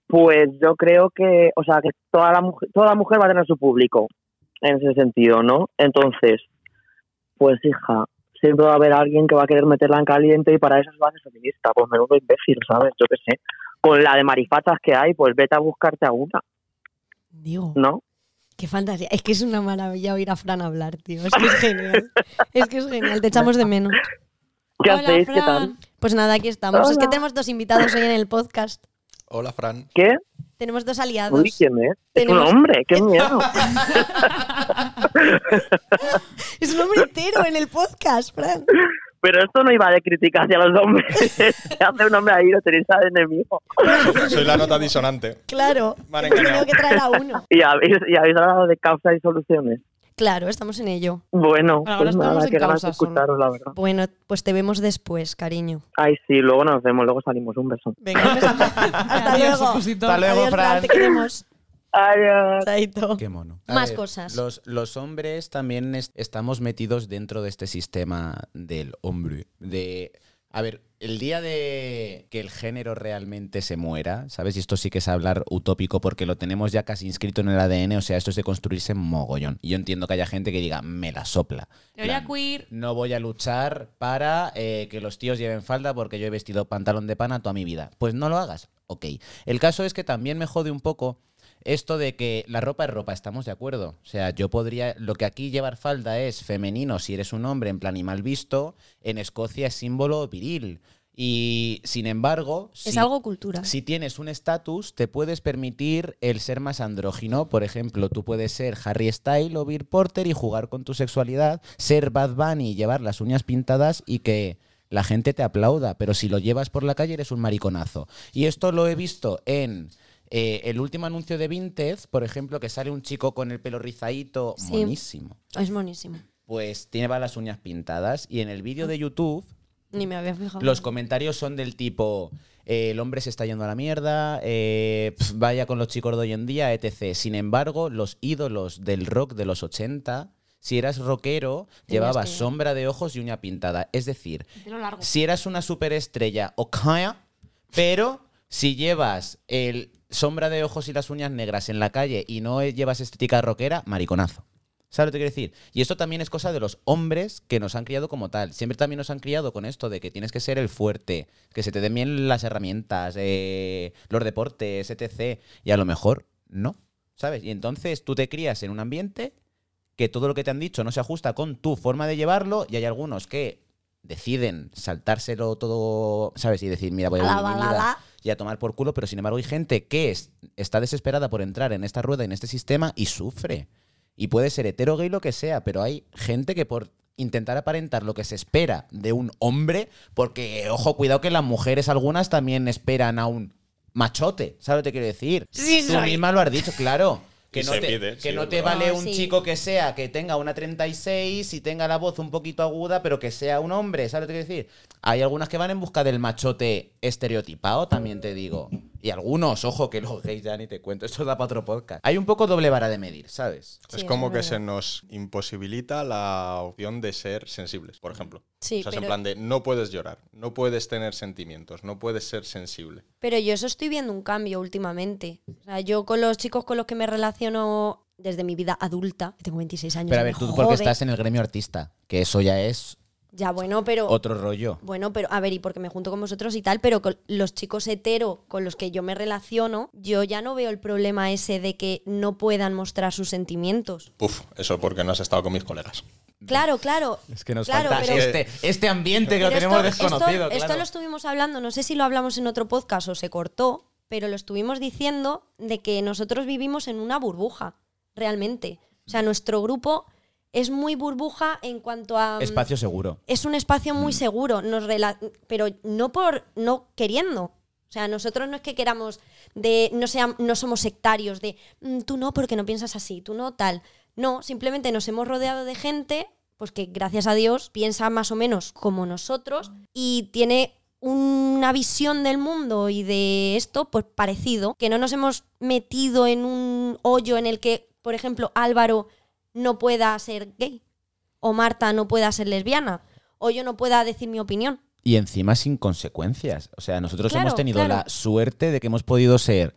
Speaker 7: pues yo creo que, o sea, que toda la mujer, toda mujer va a tener su público en ese sentido, ¿no? Entonces, pues hija, siempre va a haber alguien que va a querer meterla en caliente y para eso lo hace feminista, pues menudo imbécil, ¿sabes? Yo qué sé. Con la de marifatas que hay, pues vete a buscarte a una,
Speaker 3: Digo,
Speaker 7: ¿no?
Speaker 3: qué fantasía. Es que es una maravilla oír a Fran hablar, tío. Es que
Speaker 7: *laughs*
Speaker 3: es genial. es que es genial. Te echamos de menos.
Speaker 7: ¿Qué
Speaker 5: Hola,
Speaker 7: hacéis? ¿Qué tal?
Speaker 5: Fran.
Speaker 3: Pues nada, aquí estamos. Es que
Speaker 7: Hola.
Speaker 3: tenemos dos invitados hoy en el podcast.
Speaker 6: Hola, Fran.
Speaker 7: ¿Qué?
Speaker 3: Tenemos dos aliados.
Speaker 7: Uy, ¿quién es?
Speaker 3: Tenemos-
Speaker 7: Es un hombre, qué miedo.
Speaker 3: Es un hombre hetero en el podcast, Fran.
Speaker 7: Pero esto no iba de crítica hacia los hombres. *laughs* Se hace un hombre ahí, lo tenéis al enemigo.
Speaker 6: Soy la nota disonante.
Speaker 3: Claro.
Speaker 6: Me han
Speaker 3: hemos tenido
Speaker 6: engañado.
Speaker 3: que traer a uno.
Speaker 7: Y habéis, y habéis hablado de causas y soluciones.
Speaker 3: Claro, estamos en ello.
Speaker 7: Bueno,
Speaker 5: Ahora
Speaker 7: pues
Speaker 5: estamos
Speaker 7: nada,
Speaker 5: en
Speaker 7: qué ganas de
Speaker 5: causas solo.
Speaker 7: escucharos, la verdad.
Speaker 3: Bueno, pues te vemos después, cariño.
Speaker 7: Ay, sí, luego nos vemos, luego salimos. Un beso.
Speaker 3: Venga, hasta
Speaker 5: Adiós,
Speaker 3: luego.
Speaker 5: opositor.
Speaker 4: Hasta luego,
Speaker 3: Adiós,
Speaker 4: Fran.
Speaker 3: Te queremos.
Speaker 7: Adiós.
Speaker 3: Chaito.
Speaker 4: Qué mono.
Speaker 3: Más cosas.
Speaker 4: Los, los hombres también es- estamos metidos dentro de este sistema del hombre. De. A ver, el día de que el género realmente se muera, ¿sabes? Y esto sí que es hablar utópico porque lo tenemos ya casi inscrito en el ADN, o sea, esto es de construirse mogollón. Y yo entiendo que haya gente que diga, me la sopla.
Speaker 5: Teoría
Speaker 4: Plan,
Speaker 5: queer.
Speaker 4: No voy a luchar para eh, que los tíos lleven falda porque yo he vestido pantalón de pana toda mi vida. Pues no lo hagas. Ok. El caso es que también me jode un poco esto de que la ropa es ropa, estamos de acuerdo. O sea, yo podría. Lo que aquí llevar falda es femenino si eres un hombre, en plan y mal visto. En Escocia es símbolo viril. Y sin embargo.
Speaker 3: Es
Speaker 4: si-
Speaker 3: algo cultura.
Speaker 4: si tienes un estatus, te puedes permitir el ser más andrógino. Por ejemplo, tú puedes ser Harry Style o Bill Porter y jugar con tu sexualidad, ser Bad Bunny y llevar las uñas pintadas y que la gente te aplauda. Pero si lo llevas por la calle, eres un mariconazo. Y esto lo he visto en. eh, el último anuncio de Vinted, por ejemplo, que sale un chico con el pelo rizadito,
Speaker 3: Sí.
Speaker 4: monísimo.
Speaker 3: Es monísimo.
Speaker 4: Pues tiene las uñas pintadas. Y en el vídeo de YouTube
Speaker 3: Ni me había fijado.
Speaker 4: los comentarios son del tipo, eh, el hombre se está yendo a la mierda, eh, pf, vaya con los chicos de hoy en día, etc. Sin embargo, los ídolos del rock de los 80, si eras rockero,
Speaker 3: Tenías
Speaker 4: llevabas
Speaker 3: que-
Speaker 4: sombra de ojos y uña pintada. Es decir,
Speaker 5: Pelo largo.
Speaker 4: si eras una superestrella, o pero si llevas el sombra de ojos y las uñas negras en la calle y no llevas estética rockera, mariconazo. ¿Sabes lo que quiero decir? Y esto también es cosa de los hombres que nos han criado como tal. Siempre también nos han criado con esto de que tienes que ser el fuerte, que se te den bien las herramientas, eh, los deportes, etc. Y a lo mejor no, ¿sabes? Y entonces tú te crías en un ambiente que todo lo que te han dicho no se ajusta con tu forma de llevarlo y hay algunos que deciden saltárselo todo, ¿sabes? Y decir, mira, voy a
Speaker 3: La,
Speaker 4: vivir mi
Speaker 3: la, la,
Speaker 4: vida
Speaker 3: la.
Speaker 4: y a tomar por culo, pero sin embargo hay gente que es- está desesperada por entrar en esta rueda, en este sistema y sufre. Y puede ser hetero, gay, lo que sea, pero hay gente que por intentar aparentar lo que se espera de un hombre, porque, ojo, cuidado que las mujeres algunas también esperan a un machote, ¿sabes lo que te quiero decir?
Speaker 3: Sí,
Speaker 4: Tú
Speaker 3: soy.
Speaker 4: misma lo has dicho, claro. Que
Speaker 6: *laughs* Y
Speaker 4: no,
Speaker 6: se
Speaker 4: te,
Speaker 6: pide,
Speaker 4: que
Speaker 6: sí,
Speaker 4: no
Speaker 6: es
Speaker 4: te
Speaker 6: verdad.
Speaker 4: vale
Speaker 3: No,
Speaker 4: un
Speaker 3: sí.
Speaker 4: chico que sea, que tenga una 36 y tenga la voz un poquito aguda, pero que sea un hombre, ¿sabes lo que te quiero decir? Hay algunas que van en busca del machote estereotipado, también te digo. Y algunos, ojo, que los gays ya ni te cuento, esto da para otro podcast. Hay un poco doble vara de medir, ¿sabes?
Speaker 3: Sí,
Speaker 6: es como
Speaker 3: es
Speaker 6: que
Speaker 3: verdad.
Speaker 6: se nos imposibilita la opción de ser sensibles, por ejemplo.
Speaker 3: Sí,
Speaker 6: o sea, es en
Speaker 3: pero-
Speaker 6: plan de no puedes llorar, no puedes tener sentimientos, no puedes ser sensible.
Speaker 3: Pero yo eso estoy viendo un cambio últimamente. O sea, yo con los chicos con los que me relaciono desde mi vida adulta, que tengo 26 años.
Speaker 4: Pero a
Speaker 3: me
Speaker 4: ver, tú
Speaker 3: jode.
Speaker 4: porque estás en el gremio artista, que eso ya es
Speaker 3: Ya, bueno, pero.
Speaker 4: otro rollo.
Speaker 3: Bueno, pero a ver, y porque me junto con vosotros y tal, pero con los chicos hetero con los que yo me relaciono, yo ya no veo el problema ese de que no puedan mostrar sus sentimientos.
Speaker 6: Uf, eso porque no has estado con mis colegas.
Speaker 4: Mm.
Speaker 3: Claro, claro.
Speaker 4: Es que nos
Speaker 3: claro,
Speaker 4: falta
Speaker 3: pero-
Speaker 4: este, este ambiente que lo
Speaker 3: Pero
Speaker 4: tenemos
Speaker 3: esto- esto-
Speaker 4: desconocido.
Speaker 3: Esto,
Speaker 4: claro.
Speaker 3: lo estuvimos hablando, no sé si lo hablamos en otro podcast o se cortó, pero lo estuvimos diciendo de que nosotros vivimos en una burbuja, realmente. O sea, nuestro grupo es muy burbuja en cuanto a... mm,
Speaker 4: Espacio seguro.
Speaker 3: Es un espacio muy seguro, nos rela- pero no por no queriendo. O sea, nosotros no es que queramos de no seam- no somos sectarios de "Mm, tú no porque no piensas así, tú no tal. No, simplemente nos hemos rodeado de gente pues que gracias a Dios piensa más o menos como nosotros y tiene una visión del mundo y de esto pues parecido, que no nos hemos metido en un hoyo en el que, por ejemplo, Álvaro no pueda ser gay o Marta no pueda ser lesbiana o yo no pueda decir mi opinión.
Speaker 4: y encima sin consecuencias. O sea, nosotros
Speaker 3: Claro,
Speaker 4: hemos tenido
Speaker 3: claro.
Speaker 4: la suerte de que hemos podido ser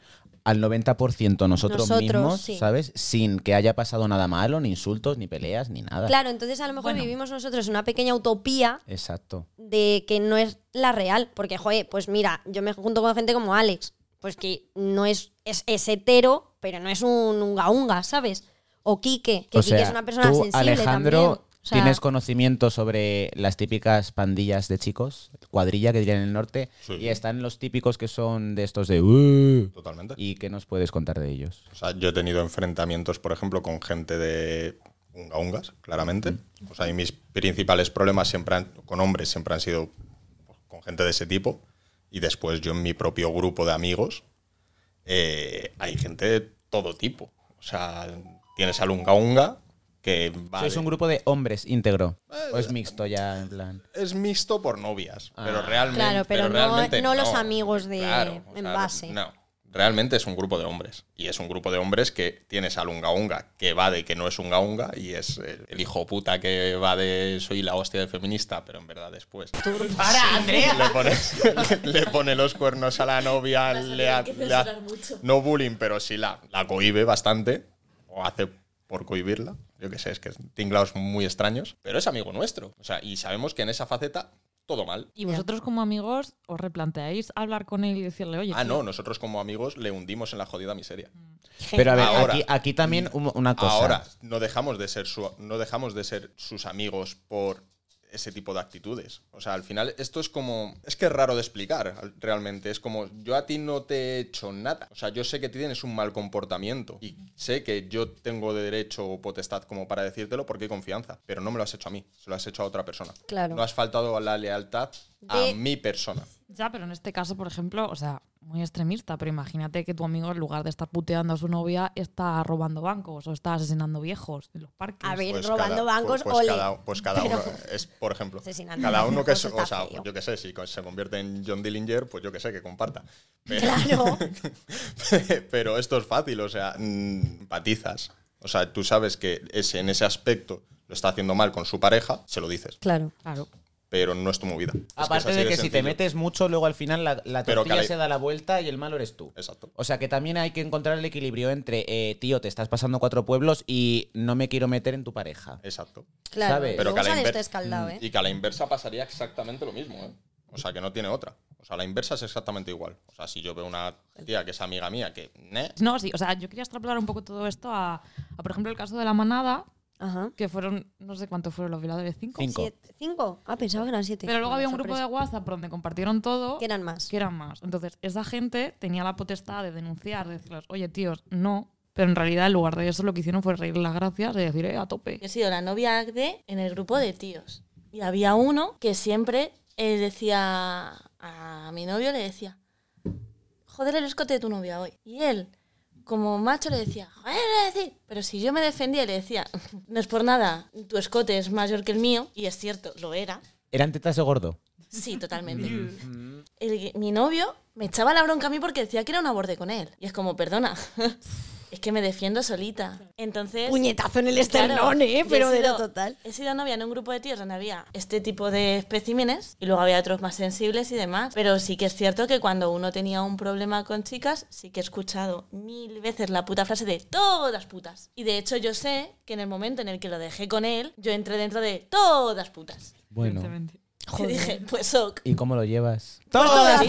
Speaker 4: al 90% nosotros,
Speaker 3: Nosotros,
Speaker 4: mismos,
Speaker 3: sí.
Speaker 4: ¿sabes? Sin que haya pasado nada malo, ni insultos, ni peleas, ni nada.
Speaker 3: Claro, entonces a lo mejor
Speaker 5: Bueno.
Speaker 3: vivimos nosotros una pequeña utopía
Speaker 4: Exacto.
Speaker 3: de que no es la real, porque joder, pues mira, yo me junto con gente como Alex, pues que no es es, es hetero, pero no es un unga unga, ¿sabes? O Quique, que
Speaker 4: o
Speaker 3: Quique
Speaker 4: sea,
Speaker 3: es una persona
Speaker 4: tú,
Speaker 3: sensible
Speaker 4: Alejandro,
Speaker 3: también. O sea,
Speaker 4: tienes conocimiento sobre las típicas pandillas de chicos, cuadrilla que dirían en el norte,
Speaker 6: Sí.
Speaker 4: y están los típicos que son de estos de... "Uh",
Speaker 6: Totalmente.
Speaker 4: ¿Y qué nos puedes contar de ellos?
Speaker 6: O sea, yo he tenido enfrentamientos, por ejemplo, con gente de unga ungas, claramente. O sea, y mis principales problemas siempre han- con hombres siempre han sido pues, con gente de ese tipo. Y después yo en mi propio grupo de amigos eh, hay gente de todo tipo. O sea, tienes al unga unga que va
Speaker 4: ¿Sois
Speaker 6: de-
Speaker 4: un grupo de hombres íntegro?
Speaker 6: Eh,
Speaker 4: ¿O es mixto ya, en
Speaker 3: *laughs*
Speaker 4: plan...?
Speaker 6: es mixto por novias,
Speaker 4: Ah.
Speaker 6: pero realmente
Speaker 3: Claro, pero no-
Speaker 6: realmente
Speaker 3: no los amigos de-
Speaker 6: o
Speaker 3: en base.
Speaker 6: No, realmente es un grupo de hombres y es un grupo de hombres que tienes al unga unga que va de que no es unga unga y es el, el hijo puta que va de soy la hostia de feminista, pero en verdad después *laughs*
Speaker 4: ¡Para, Andrea!
Speaker 6: le, pones- le- *laughs* le pone los cuernos a la novia,
Speaker 2: Vas a
Speaker 6: le, ha-
Speaker 2: tener que
Speaker 6: le ha-
Speaker 2: censurar mucho.
Speaker 6: no bullying, pero sí la, la cohíbe bastante o hace por cohibirla. Yo qué sé, es que es tinglados muy extraños, pero es amigo nuestro. O sea, y sabemos que en esa faceta todo mal.
Speaker 5: Y vosotros como amigos os replanteáis hablar con él y decirle, oye,
Speaker 6: Ah,
Speaker 5: tío,
Speaker 6: no, nosotros como amigos le hundimos en la jodida miseria.
Speaker 4: Pero a ver,
Speaker 6: Ahora.
Speaker 4: aquí, aquí también un- una cosa.
Speaker 6: Ahora, no dejamos, de ser su- no dejamos de ser sus amigos por ese tipo de actitudes. O sea, al final esto es como... Es que es raro de explicar, al- realmente. Es como, yo a ti no te he hecho nada. O sea, yo sé que tienes un mal comportamiento y sé que yo tengo derecho o potestad como para decírtelo porque hay confianza, pero no me lo has hecho a mí, se lo has hecho a otra persona.
Speaker 3: Claro.
Speaker 6: No has faltado a la lealtad a
Speaker 3: De-
Speaker 6: mi persona.
Speaker 5: Ya, pero en este caso, por ejemplo, o sea, muy extremista, pero imagínate que tu amigo, en lugar de estar puteando a su novia, está robando bancos o está asesinando viejos en los parques.
Speaker 3: A ver,
Speaker 6: Pues
Speaker 3: robando
Speaker 6: cada-
Speaker 3: bancos,
Speaker 6: pues, pues
Speaker 3: ole.
Speaker 6: cada, pues
Speaker 3: *laughs*
Speaker 6: cada
Speaker 3: Pero-
Speaker 6: uno es por ejemplo
Speaker 3: Asesinando
Speaker 6: cada uno que
Speaker 3: viejos
Speaker 6: es,
Speaker 3: está
Speaker 6: o sea
Speaker 3: feo.
Speaker 6: yo que sé si con- se convierte en John Dillinger pues yo que sé que comparta pero,
Speaker 3: Claro.
Speaker 6: *laughs* pero esto es fácil o sea mm, empatizas o sea tú sabes que ese en ese aspecto lo está haciendo mal con su pareja se lo dices
Speaker 3: Claro.
Speaker 5: *laughs* Claro.
Speaker 6: pero no es tu movida Es que es
Speaker 4: Aparte
Speaker 6: así
Speaker 4: de que si te
Speaker 6: sencillo.
Speaker 4: metes mucho, luego al final la, la
Speaker 6: Pero
Speaker 4: tortilla
Speaker 6: cali-
Speaker 4: se da la vuelta y el malo eres tú.
Speaker 6: exacto
Speaker 4: O sea que también hay que encontrar el equilibrio entre, eh, tío, te estás pasando cuatro pueblos y no me quiero meter en tu pareja.
Speaker 6: exacto
Speaker 3: Claro.
Speaker 4: ¿Sabes?
Speaker 6: Pero
Speaker 3: Luego
Speaker 6: que a la
Speaker 3: sale
Speaker 6: inver-
Speaker 3: esto escaldado,
Speaker 6: Mm,
Speaker 3: ¿eh?
Speaker 6: Y que a la inversa pasaría exactamente lo mismo, ¿eh? O sea, que no tiene otra. O sea, la inversa es exactamente igual. O sea, si yo veo una tía que es amiga mía que... "Neh",
Speaker 5: No, sí, o sea, yo quería extrapolar un poco todo esto a, a, por ejemplo, el caso de la manada,
Speaker 3: Ajá.
Speaker 5: que fueron, no sé cuántos fueron los violadores, cinco.
Speaker 4: Cinco.
Speaker 3: Siete- ¿Cinco? Ah, pensaba que eran siete.
Speaker 5: Pero luego había un grupo
Speaker 3: Sorpresa.
Speaker 5: de WhatsApp por donde compartieron todo.
Speaker 3: Que eran más.
Speaker 5: que eran más. Entonces, esa gente tenía la potestad de denunciar, de decirles, oye, tíos, no. Pero en realidad, en lugar de eso, lo que hicieron fue reír las gracias y decir, eh, a tope.
Speaker 2: Yo he sido la novia de en el grupo de tíos. Y había uno que siempre eh, decía a mi novio, le decía, joder el escote de tu novia hoy. Y él, como macho, le decía, joder, le decía. Pero si yo me defendía, le decía, *laughs* no es por nada, tu escote es mayor que el mío. Y es cierto, lo era.
Speaker 4: ¿Eran tetas de gordo?
Speaker 2: Sí, totalmente. El- mi novio me echaba la bronca a mí porque decía que era un aborde con él. Y es como, perdona, *laughs* es que me defiendo solita. Entonces...
Speaker 3: Puñetazo en el
Speaker 2: Claro,
Speaker 3: esternón, ¿eh?
Speaker 2: yo he
Speaker 3: Pero de lo
Speaker 2: sido-
Speaker 3: total.
Speaker 2: He sido novia en un grupo de tíos donde había este tipo de especímenes y luego había otros más sensibles y demás. Pero sí que es cierto que cuando uno tenía un problema con chicas, sí que he escuchado mil veces la puta frase de todas putas. Y de hecho yo sé que en el momento en el que lo dejé con él, yo entré dentro de todas putas.
Speaker 4: Bueno.
Speaker 5: Evidentemente.
Speaker 2: Y dije, pues ok,
Speaker 4: ¿Y cómo lo llevas?
Speaker 2: todas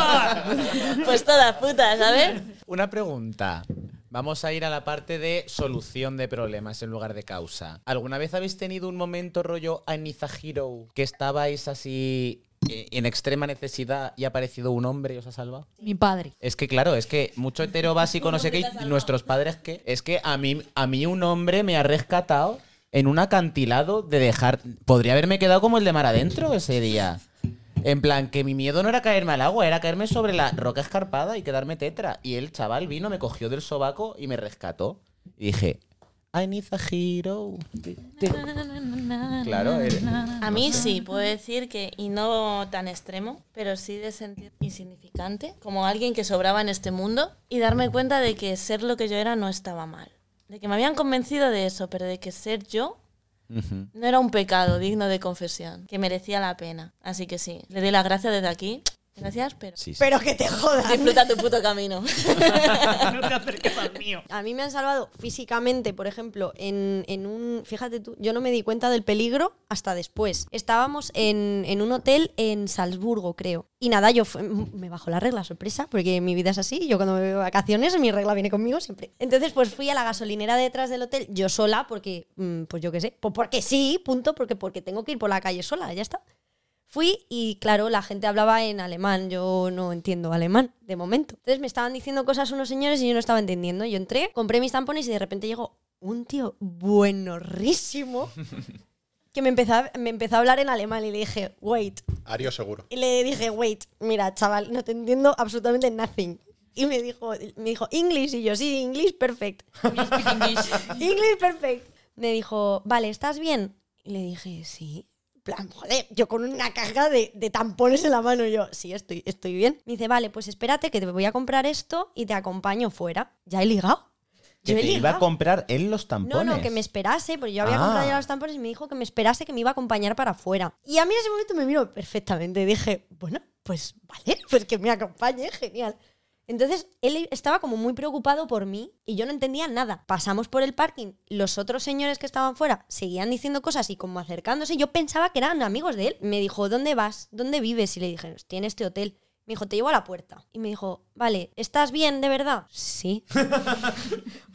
Speaker 2: *laughs* pues todas putas, ¿sabes?
Speaker 4: Una pregunta. Vamos a ir a la parte de solución de problemas en lugar de causa. ¿Alguna vez habéis tenido un momento rollo Aniza Hero que estabais así eh, en extrema necesidad y ha aparecido un hombre y os ha salvado?
Speaker 5: Mi padre.
Speaker 4: Es que claro, es que mucho
Speaker 3: *laughs*
Speaker 4: hetero básico, no sé qué, y nuestros padres que es que a mí a mí un hombre me ha rescatado en un acantilado de dejar podría haberme quedado como el de mar adentro ese día. En plan, que mi miedo no era caerme al agua, era caerme sobre la roca escarpada y quedarme tetra. Y el chaval vino, me cogió del sobaco y me rescató. Y dije, I need a hero. Claro, eres-
Speaker 3: *laughs*
Speaker 2: A mí sí, puedo decir que, y no tan extremo, pero sí de sentir insignificante, como alguien que sobraba en este mundo, y darme cuenta de que ser lo que yo era no estaba mal. De que me habían convencido de eso, pero de que ser yo
Speaker 4: Ujú.
Speaker 2: no era un pecado digno de confesión, que merecía la pena. Así que sí, le doy las gracias desde aquí. Gracias, pero
Speaker 4: Sí, sí.
Speaker 3: Pero que te jodas.
Speaker 2: disfruta tu puto
Speaker 3: *laughs*
Speaker 5: *laughs*
Speaker 2: camino.
Speaker 5: no te acerques al mío.
Speaker 3: A mí me han salvado físicamente, por ejemplo, en, en un... Fíjate tú, yo no me di cuenta del peligro hasta después. Estábamos en, en un hotel en Salzburgo, creo. Y nada, yo fue- me bajo la regla, sorpresa, porque mi vida es así. Yo cuando me voy de vacaciones, mi regla viene conmigo siempre. Entonces, pues fui a la gasolinera detrás del hotel, yo sola, porque, mm, pues yo qué sé, pues porque sí, punto, porque, porque tengo que ir por la calle sola, ya está. Fui y claro, la gente hablaba en alemán, yo no entiendo alemán de momento. Entonces me estaban diciendo cosas unos señores y yo no estaba entendiendo. Yo entré, compré mis tampones y de repente llegó un tío buenorrísimo que me empezó, a, me empezó a hablar en alemán y le dije, wait.
Speaker 6: Ario seguro.
Speaker 3: Y le dije, wait, mira, chaval, no te entiendo absolutamente nothing. Y me dijo, me dijo, English. Y yo, sí, *laughs* English, perfect. *laughs* English perfect. Me dijo, vale, ¿estás bien? Y le dije, sí. En Plan, joder, yo con una caja de, de tampones en la mano, yo, sí, estoy, estoy bien. Me dice, vale, pues espérate que te voy a comprar esto y te acompaño fuera. Ya he ligado.
Speaker 4: Que
Speaker 3: Yo he
Speaker 4: te iba a
Speaker 3: ligado.
Speaker 4: comprar él los
Speaker 3: No,
Speaker 4: tampones.
Speaker 3: no, que me esperase, porque yo había
Speaker 4: Ah.
Speaker 3: comprado ya los tampones y me dijo que me esperase que me iba a acompañar para afuera. Y a mí en ese *laughs* momento me vino perfectamente. Dije, bueno, pues vale, pues que me acompañe, genial. Entonces él estaba como muy preocupado por mí y yo no entendía nada. Pasamos por el parking, los otros señores que estaban fuera seguían diciendo cosas y como acercándose. Yo pensaba que eran amigos de él. Me dijo, ¿dónde vas? ¿Dónde vives? Y le dije, estoy en este hotel. Me dijo, te llevo a la puerta. Y me dijo, vale, ¿estás bien de verdad? Sí.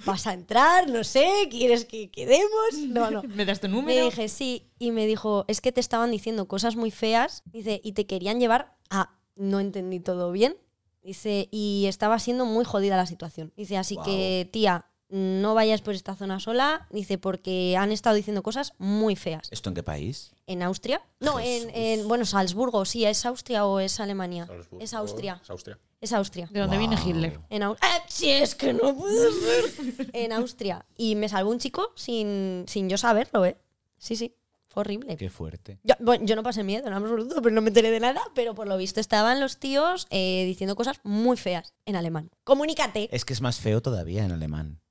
Speaker 3: ¿Vas a entrar? No sé, ¿quieres que quedemos? No, no.
Speaker 5: *laughs* ¿Me das tu
Speaker 3: Me
Speaker 5: número?
Speaker 3: dije, sí. Y me dijo, es que te estaban diciendo cosas muy feas. Dice, y te querían llevar a... No entendí todo bien. Dice, y estaba siendo muy jodida la situación. Dice, así
Speaker 4: Guau.
Speaker 3: que, tía, no vayas por esta zona sola. Dice, porque han estado diciendo cosas muy feas.
Speaker 4: ¿Esto en qué país?
Speaker 3: ¿En Austria? No, en,
Speaker 4: Jesús.
Speaker 3: en- Bueno, Salzburgo, sí. ¿Es Austria o es Alemania?
Speaker 6: Salzburgo,
Speaker 3: Es Austria.
Speaker 6: Es Austria.
Speaker 3: Es Austria.
Speaker 5: ¿De dónde viene Hitler?
Speaker 3: En Au- ¡Eh, si es que no puedo ser! en Austria. Y me salvó un chico sin, sin yo saberlo, ¿eh? Sí, sí. Fue horrible.
Speaker 4: Qué fuerte.
Speaker 3: Yo, bueno, yo no pasé miedo en absoluto, pero no me enteré de nada. Pero por lo visto estaban los tíos eh, diciendo cosas muy feas en alemán. Comunícate.
Speaker 4: Es que es más feo todavía en alemán.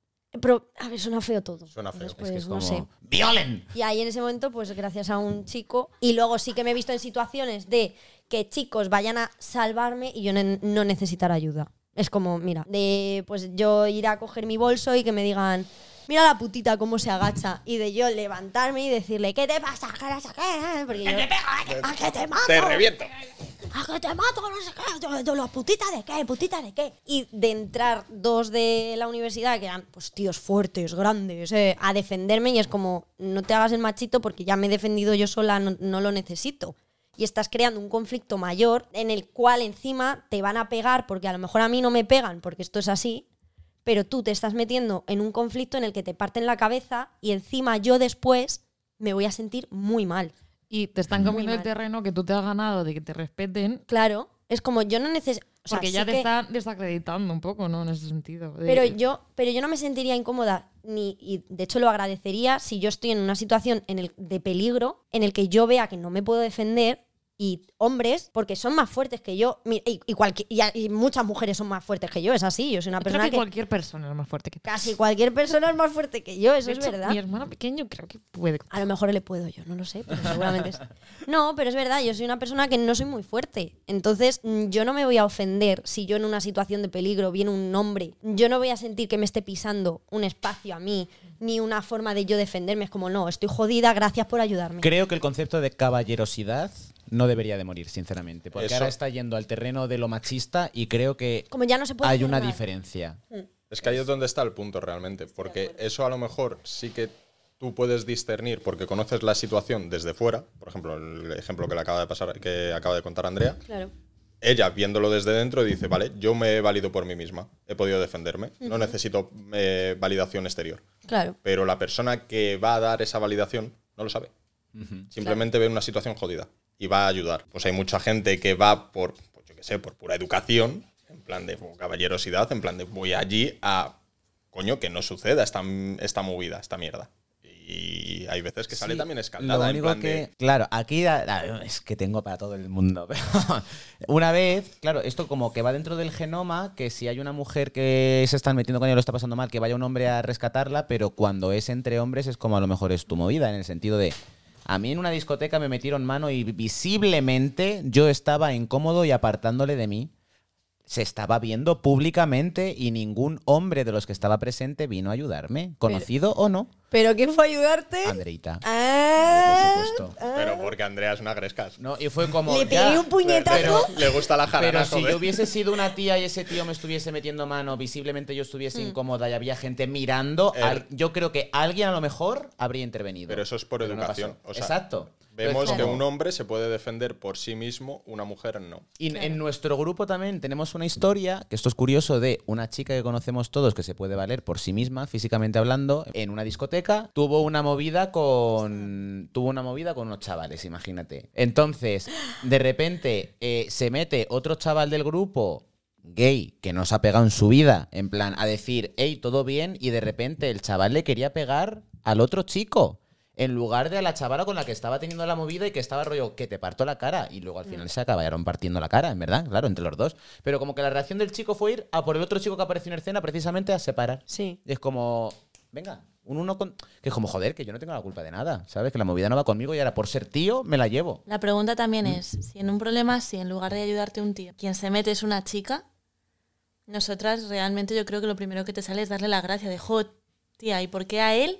Speaker 3: Pero, a ver, suena feo todo.
Speaker 6: Suena
Speaker 3: Entonces,
Speaker 6: feo.
Speaker 4: es que
Speaker 3: pues,
Speaker 4: es
Speaker 3: no
Speaker 4: como.
Speaker 3: sé.
Speaker 4: ¡Violen!
Speaker 3: Y ahí en ese momento, pues gracias a un chico. Y luego sí que me he visto en situaciones de que chicos vayan a salvarme y yo ne- no necesitar ayuda. Es como, mira, de pues yo ir a coger mi bolso y que me digan, mira la putita cómo se agacha. Y de yo levantarme y decirle, ¿qué te pasa? ¿Qué no sé qué? Porque yo, "¿A que te mato?
Speaker 6: ¡Te reviento!
Speaker 3: ¡A que te mato! No sé qué. Yo- yo, ¿La putita de qué? ¿Putita de qué? Y de entrar dos de la universidad, que eran pues tíos fuertes, grandes, eh, a defenderme y es como, no te hagas el machito porque ya me he defendido yo sola, no, no lo necesito. Y estás creando un conflicto mayor en el cual encima te van a pegar porque a lo mejor a mí no me pegan porque esto es así. Pero tú te estás metiendo en un conflicto en el que te parten la cabeza y encima yo después me voy a sentir muy mal.
Speaker 5: Y te están
Speaker 3: Muy
Speaker 5: comiendo el
Speaker 3: mal.
Speaker 5: terreno que tú te has ganado de que te respeten.
Speaker 3: Claro, es como yo no necesito...
Speaker 5: porque ya te están desacreditando un poco, ¿no? En ese sentido. de-
Speaker 3: Pero yo, pero yo no me sentiría incómoda, ni, y de hecho lo agradecería si yo estoy en una situación en el, de peligro en el que yo vea que no me puedo defender y hombres, porque son más fuertes que yo, mi- y, y cualqui- y a- y muchas mujeres son más fuertes que yo, es así, yo soy una
Speaker 5: Creo
Speaker 3: persona
Speaker 5: que,
Speaker 3: que,
Speaker 5: cualquier persona es más fuerte que tú.
Speaker 3: casi cualquier persona es más fuerte que yo, eso
Speaker 5: De
Speaker 3: es
Speaker 5: hecho,
Speaker 3: verdad.
Speaker 5: Mi hermano pequeño creo que puede.
Speaker 3: A lo mejor le puedo yo, no lo sé, pero seguramente
Speaker 5: *laughs*
Speaker 3: sí. No, pero es verdad, yo soy una persona que no soy muy fuerte. Entonces, mm, yo no me voy a ofender si yo en una situación de peligro viene un hombre. Yo no voy a sentir que me esté pisando un espacio a mí, ni una forma de yo defenderme. Es como, no, estoy jodida, gracias por ayudarme.
Speaker 4: Creo que el concepto de caballerosidad no debería de morir, sinceramente. Porque
Speaker 6: Eso.
Speaker 4: ahora está yendo al terreno de lo machista y creo que
Speaker 3: Como ya no se puede.
Speaker 4: hay
Speaker 3: hacer
Speaker 4: una
Speaker 3: nada.
Speaker 4: diferencia.
Speaker 6: Es que ahí es donde está el punto realmente, porque eso a lo mejor sí que tú puedes discernir porque conoces la situación desde fuera, por ejemplo, el ejemplo que le acaba de pasar que acaba de contar Andrea,
Speaker 3: Claro.
Speaker 6: ella viéndolo desde dentro dice, "Vale, yo me he valido por mí misma, he podido defenderme, no necesito eh, validación exterior."
Speaker 3: Claro.
Speaker 6: Pero la persona que va a dar esa validación no lo sabe. Simplemente ve una situación jodida y va a ayudar. Pues hay mucha gente que va por, pues yo qué sé, por pura educación, en plan de o caballerosidad, en plan de voy allí a, coño, que no suceda esta, esta movida, esta mierda. Y hay veces que sale
Speaker 4: Sí,
Speaker 6: también escaldada,
Speaker 4: Lo
Speaker 6: en
Speaker 4: único
Speaker 6: plan
Speaker 4: que,
Speaker 6: de...
Speaker 4: claro, aquí a- a- es que tengo para todo el mundo. *laughs* pero una vez, claro, esto como que va dentro del genoma, que si hay una mujer que se están metiendo con ella, lo está pasando mal, que vaya un hombre a rescatarla, pero cuando es entre hombres es como a lo mejor es tu movida, en el sentido de... A mí en una discoteca me metieron mano y visiblemente yo estaba incómodo y apartándole de mí. Se estaba viendo públicamente y ningún hombre de los que estaba presente vino a ayudarme, conocido o no,
Speaker 3: ¿Pero quién fue a ayudarte?
Speaker 4: Andreita.
Speaker 3: Ah,
Speaker 4: Por supuesto.
Speaker 6: Pero porque Andrea es una grescas.
Speaker 4: No, y fue como.
Speaker 3: le
Speaker 4: ya,
Speaker 3: pegué un puñetazo.
Speaker 6: Pero le gusta la jarana,
Speaker 4: Pero si
Speaker 6: joder.
Speaker 4: yo hubiese sido una tía y ese tío me estuviese metiendo mano, visiblemente yo estuviese
Speaker 3: Mm.
Speaker 4: incómoda y había gente mirando,
Speaker 6: Eh,
Speaker 4: al- yo creo que alguien a lo mejor habría intervenido.
Speaker 6: Pero eso es por
Speaker 4: Pero no
Speaker 6: educación,
Speaker 4: pasó.
Speaker 6: o sea,
Speaker 4: Exacto.
Speaker 6: Vemos
Speaker 4: Entonces,
Speaker 6: que
Speaker 4: como-
Speaker 6: un hombre se puede defender por sí mismo, una mujer no.
Speaker 4: Y en- en nuestro grupo también tenemos una historia, que esto es curioso, de una chica que conocemos todos que se puede valer por sí misma, físicamente hablando, en una discoteca, tuvo una movida con. Tuvo una movida con unos chavales, imagínate. Entonces, de repente, eh, se mete otro chaval del grupo gay que no se ha pegado en su vida, en plan, a decir, hey, todo bien, y de repente el chaval le quería pegar al otro chico. En lugar de a la chavala con la que estaba teniendo la movida y que estaba rollo que te parto la cara. Y
Speaker 2: Mm.
Speaker 4: luego al final se acabaron partiendo la cara, en verdad, claro, entre los dos. Pero como que la reacción del chico fue ir a por el otro chico que apareció en escena precisamente a separar.
Speaker 3: Sí.
Speaker 4: Y es como, venga, un uno con. Que es como, joder, que yo no tengo la culpa de nada, ¿sabes? Que la movida no va conmigo y ahora por ser tío me la llevo.
Speaker 2: La
Speaker 3: Mm.
Speaker 2: pregunta también es, si en un problema así, en lugar de ayudarte un tío, quien se mete es una chica, Nosotras realmente yo creo que lo primero que te sale es darle la gracia de, jo, tía, ¿y por qué a él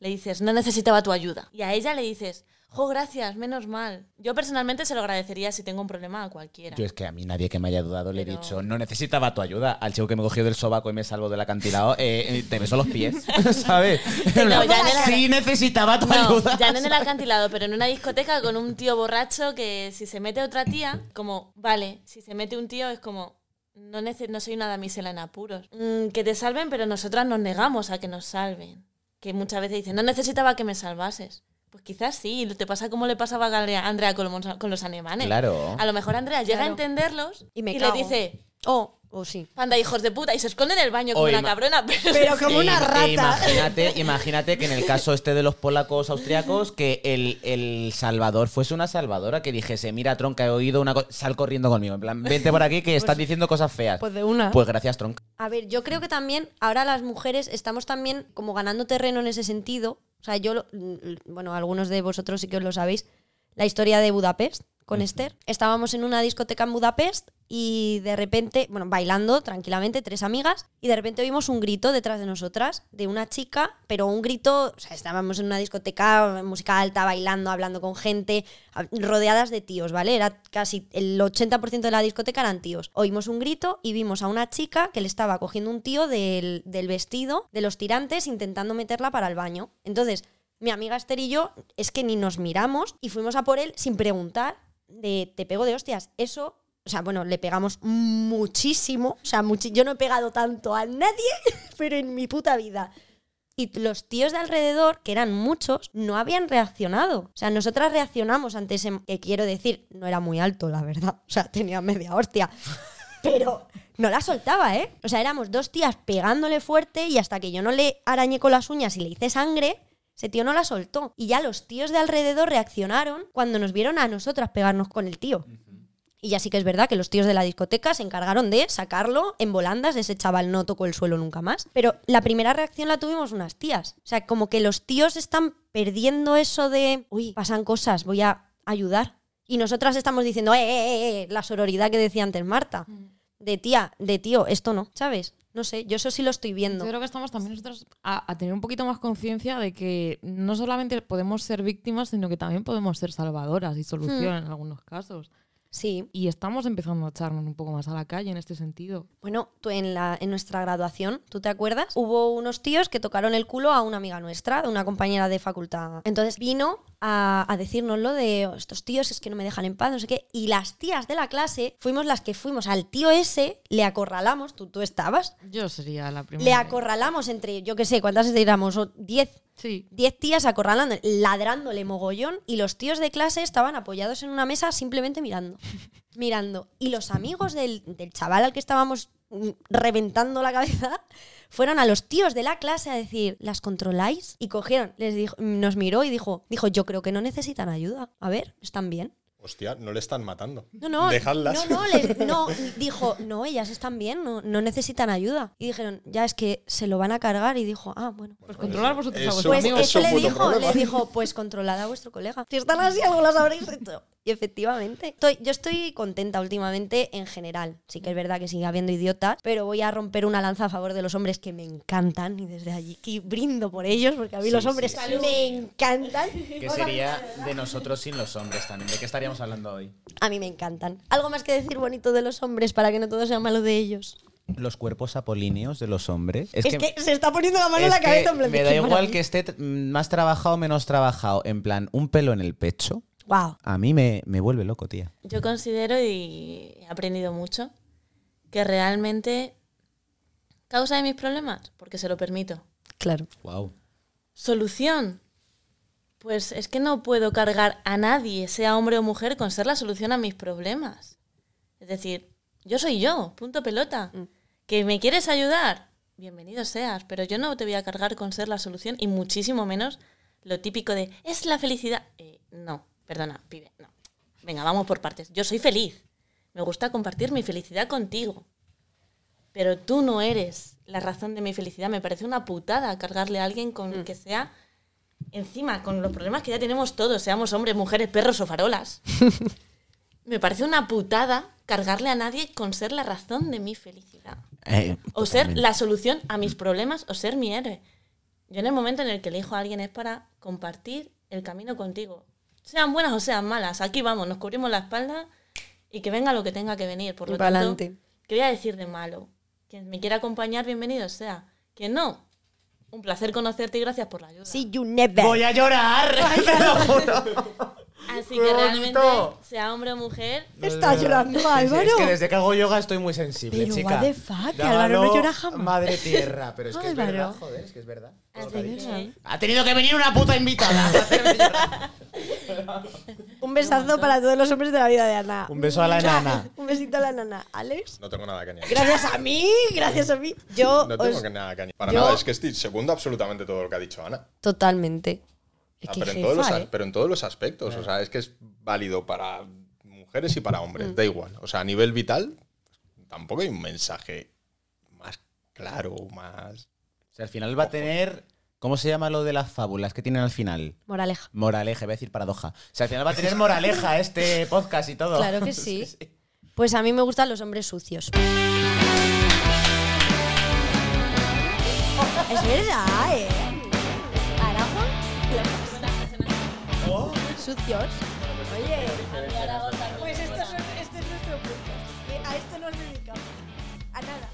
Speaker 2: le dices, no necesitaba tu ayuda? Y a ella le dices, jo, gracias, menos mal. Yo personalmente se lo agradecería si tengo un problema a cualquiera.
Speaker 4: Yo es que a mí nadie que me haya dudado le he
Speaker 2: Pero-
Speaker 4: dicho, no necesitaba tu ayuda. Al chico que me cogió del sobaco y me salvó del acantilado, eh, eh, te beso los pies, *laughs*
Speaker 2: *laughs*
Speaker 4: ¿sabes?
Speaker 2: Pero ya
Speaker 4: *laughs*
Speaker 2: en el-
Speaker 4: sí necesitaba tu
Speaker 2: No,
Speaker 4: ayuda.
Speaker 2: ya no en el acantilado, pero en una discoteca con un tío borracho que si se mete otra tía, como, vale, si se mete un tío es como, no, nece- no soy una damisela en apuros. Mm, que te salven, pero nosotras nos negamos a que nos salven. Que muchas veces dicen, no necesitaba que me salvases. Pues quizás sí, te pasa como le pasaba a Gale- a Andrea con los, con los alemanes.
Speaker 4: Claro.
Speaker 2: A lo mejor Andrea llega a
Speaker 3: Claro.
Speaker 2: entenderlos y,
Speaker 3: Y me
Speaker 2: le
Speaker 3: cago.
Speaker 2: dice,
Speaker 3: Oh, oh, sí.
Speaker 2: panda hijos de puta, y se esconde en el baño como
Speaker 4: Oye,
Speaker 2: una
Speaker 4: ma-
Speaker 2: cabrona. *laughs* Pero,
Speaker 3: Pero como una
Speaker 4: Im-
Speaker 3: rata.
Speaker 4: Imagínate, imagínate que en el caso este de los polacos austriacos, que el, el salvador fuese una salvadora que dijese, mira, tronca, he oído una cosa, sal corriendo conmigo. En plan, vente por aquí que estás diciendo cosas feas.
Speaker 3: Pues de una.
Speaker 4: Pues gracias, tronca.
Speaker 3: A ver, yo creo que también ahora las mujeres estamos también como ganando terreno en ese sentido. O sea, yo, lo- l- bueno, algunos de vosotros sí que os lo sabéis, la historia de Budapest con Esther. Estábamos en una discoteca en Budapest y de repente, bueno, bailando tranquilamente, tres amigas, y de repente oímos un grito detrás de nosotras, de una chica, pero un grito, o sea, estábamos en una discoteca, música alta, bailando, hablando con gente, a- rodeadas de tíos, ¿vale? Era casi el 80% de la discoteca eran tíos. Oímos un grito y vimos a una chica que le estaba cogiendo un tío del, del vestido, de los tirantes, intentando meterla para el baño. Entonces, mi amiga Esther y yo es que ni nos miramos y fuimos a por él sin preguntar de te pego de hostias. Eso, o sea, bueno, le pegamos muchísimo. O sea, muchi- yo no he pegado tanto a nadie, *laughs* pero en mi puta vida. Y los tíos de alrededor, que eran muchos, no habían reaccionado. O sea, nosotras reaccionamos ante ese... Que quiero decir, no era muy alto, la verdad. O sea, *laughs* tenía media hostia. Pero no la soltaba, ¿eh? O sea, éramos dos tías pegándole fuerte y hasta que yo no le arañé con las uñas y le hice sangre, ese tío no la soltó. Y ya los tíos de alrededor reaccionaron cuando nos vieron a nosotras pegarnos con el tío. Y ya sí que es verdad que los tíos de la discoteca se encargaron de sacarlo en volandas. Ese chaval no tocó el suelo nunca más. Pero la primera reacción la tuvimos unas tías. O sea, como que los tíos están perdiendo eso de, uy, pasan cosas, voy a ayudar. Y nosotras estamos diciendo, eh, eh, eh, eh", la sororidad que decía antes Marta. De tía, de tío, esto no, ¿sabes? No sé, yo eso sí lo estoy viendo.
Speaker 5: Yo creo que estamos también nosotros a, a tener un poquito más conciencia de que no solamente podemos ser víctimas, sino que también podemos ser salvadoras y solución
Speaker 3: Hmm.
Speaker 5: en algunos casos.
Speaker 3: Sí.
Speaker 5: Y estamos empezando a echarnos un poco más a la calle en este sentido.
Speaker 3: Bueno, tú en, la, en nuestra graduación, ¿tú te acuerdas? Hubo unos tíos que tocaron el culo a una amiga nuestra, de una compañera de facultad. Entonces vino a, a decírnoslo de "Oh, estos tíos es que no me dejan en paz, no sé qué. Y las tías de la clase fuimos las que fuimos al tío ese, le acorralamos, tú, tú estabas,
Speaker 5: Yo sería la primera.
Speaker 3: le acorralamos entre, yo qué sé, ¿cuántas éramos? O 10.
Speaker 5: Sí.
Speaker 3: 10 tías acorralando, ladrándole mogollón y los tíos de clase estaban apoyados en una mesa simplemente mirando. mirando. Y los amigos del, del chaval al que estábamos mm, reventando la cabeza *laughs* fueron a los tíos de la clase a decir, ¿las controláis? Y cogieron, les dijo, nos miró y dijo, dijo, yo creo que no necesitan ayuda. A ver, ¿están bien?
Speaker 6: Hostia, no le están matando.
Speaker 3: No, no.
Speaker 6: Dejadlas.
Speaker 3: No, no, les- no, dijo, no, ellas están bien, no, no necesitan ayuda. Y dijeron, ya es que se lo van a cargar y dijo, ah, bueno.
Speaker 5: Pues controlar vosotros a
Speaker 6: eso-
Speaker 5: vuestros
Speaker 3: Pues
Speaker 5: amigos.
Speaker 6: es
Speaker 3: eso
Speaker 6: un
Speaker 3: le
Speaker 6: puto
Speaker 3: dijo,
Speaker 6: problema.
Speaker 3: le dijo, pues controlad a vuestro colega. Si están así, algo las habréis hecho. Y efectivamente, estoy- yo estoy contenta últimamente en general. Sí que es verdad que sigue habiendo idiotas, pero voy a romper una lanza a favor de los hombres que me encantan y desde allí que brindo por ellos porque a mí
Speaker 4: Sí,
Speaker 3: los
Speaker 4: sí,
Speaker 3: hombres
Speaker 4: sí.
Speaker 3: me encantan.
Speaker 4: *laughs* Que sería de nosotros sin los hombres también. ¿De qué estaríamos hablando hoy?
Speaker 3: A mí me encantan. Algo más que decir bonito de los hombres para que no todo sea malo de ellos.
Speaker 4: Los cuerpos apolíneos de los hombres.
Speaker 3: Es, que, se está poniendo la mano en
Speaker 4: es
Speaker 3: la
Speaker 4: que
Speaker 3: cabeza. en plan,
Speaker 4: me da
Speaker 3: qué
Speaker 4: igual
Speaker 3: maravilla.
Speaker 4: que esté t- más trabajado o menos trabajado. En plan, un pelo en el pecho.
Speaker 3: Guau.
Speaker 4: A mí me, me vuelve loco, tía.
Speaker 2: Yo considero y he aprendido mucho que realmente causa de mis problemas, porque se lo permito.
Speaker 3: Claro.
Speaker 4: Wow.
Speaker 2: Solución. Pues es que no puedo cargar a nadie, sea hombre o mujer, con ser la solución a mis problemas. Es decir, yo soy yo, punto pelota. ¿Que me quieres ayudar? Bienvenido seas, pero yo no te voy a cargar con ser la solución y muchísimo menos lo típico de es la felicidad. Eh, no, perdona, pibe, no. Venga, vamos por partes. Yo soy feliz. Me gusta compartir mi felicidad contigo. Pero tú no eres la razón de mi felicidad. Me parece una putada cargarle a alguien con que sea encima, con los problemas que ya tenemos todos, seamos hombres, mujeres, perros o farolas. Me parece una putada cargarle a nadie con ser la razón de mi felicidad.
Speaker 4: Eh,
Speaker 2: O ser
Speaker 4: totalmente. Mm.
Speaker 2: la solución a mis problemas o ser mi héroe. Yo en el momento en el que elijo a alguien es para compartir el camino contigo. Sean buenas o sean malas, aquí vamos, nos cubrimos la espalda y que venga lo que tenga que venir. Por lo tanto,
Speaker 3: Pa'lante.
Speaker 2: ¿qué voy a decir de malo? Quien me quiera acompañar, bienvenido sea. Quien no, un placer conocerte y gracias por la ayuda.
Speaker 3: See you never.
Speaker 4: a llorar! *laughs* ¡Te lo juro!
Speaker 2: Así
Speaker 4: ¡Qué
Speaker 2: que realmente,
Speaker 4: bonito!
Speaker 2: sea hombre o mujer,
Speaker 3: Está llorando Álvaro.
Speaker 4: Es que desde que hago yoga estoy muy sensible,
Speaker 3: Pero,
Speaker 4: chica.
Speaker 3: what the fuck,
Speaker 4: Llámalo
Speaker 3: Álvaro no llora jamás.
Speaker 4: Madre tierra, pero es que es
Speaker 3: Álvaro.
Speaker 4: verdad, joder, es que es verdad. Todo lo que ha
Speaker 2: así
Speaker 4: dicho.
Speaker 2: que,
Speaker 4: Ha tenido que venir una puta *laughs* invitada.
Speaker 3: Un besazo para todos los hombres de la vida de Ana.
Speaker 4: Un beso a la nana.
Speaker 3: Un besito a la nana. ¿Alex?
Speaker 6: *laughs* No tengo nada que añadir.
Speaker 3: Gracias a mí, gracias a mí. Yo
Speaker 6: No tengo
Speaker 3: os-
Speaker 6: que nada que añadir. Para
Speaker 3: Yo-
Speaker 6: nada, es que estoy segundo absolutamente todo lo que ha dicho Ana.
Speaker 3: Totalmente. Es
Speaker 6: Ah,
Speaker 3: que
Speaker 6: pero, en
Speaker 3: jefa,
Speaker 6: todos los, a-
Speaker 3: ¿eh?
Speaker 6: pero en todos los aspectos. O sea, es que es válido para mujeres y para hombres.
Speaker 3: Mm.
Speaker 6: Da igual. O sea, a nivel vital, tampoco hay un mensaje más claro, más.
Speaker 4: O sea, al final va a tener. ¿Cómo se llama lo de las fábulas que tienen al final?
Speaker 3: Moraleja.
Speaker 4: Moraleja, iba a decir paradoja. O sea, al final va a tener moraleja este podcast y todo. *laughs*
Speaker 3: Claro que sí. Pues a mí me gustan los hombres sucios. *laughs* es verdad, ¿eh? Aragua. Sucios. Oye. Eh, Pues esto es, este es nuestro punto. A esto nos dedicamos. A nada.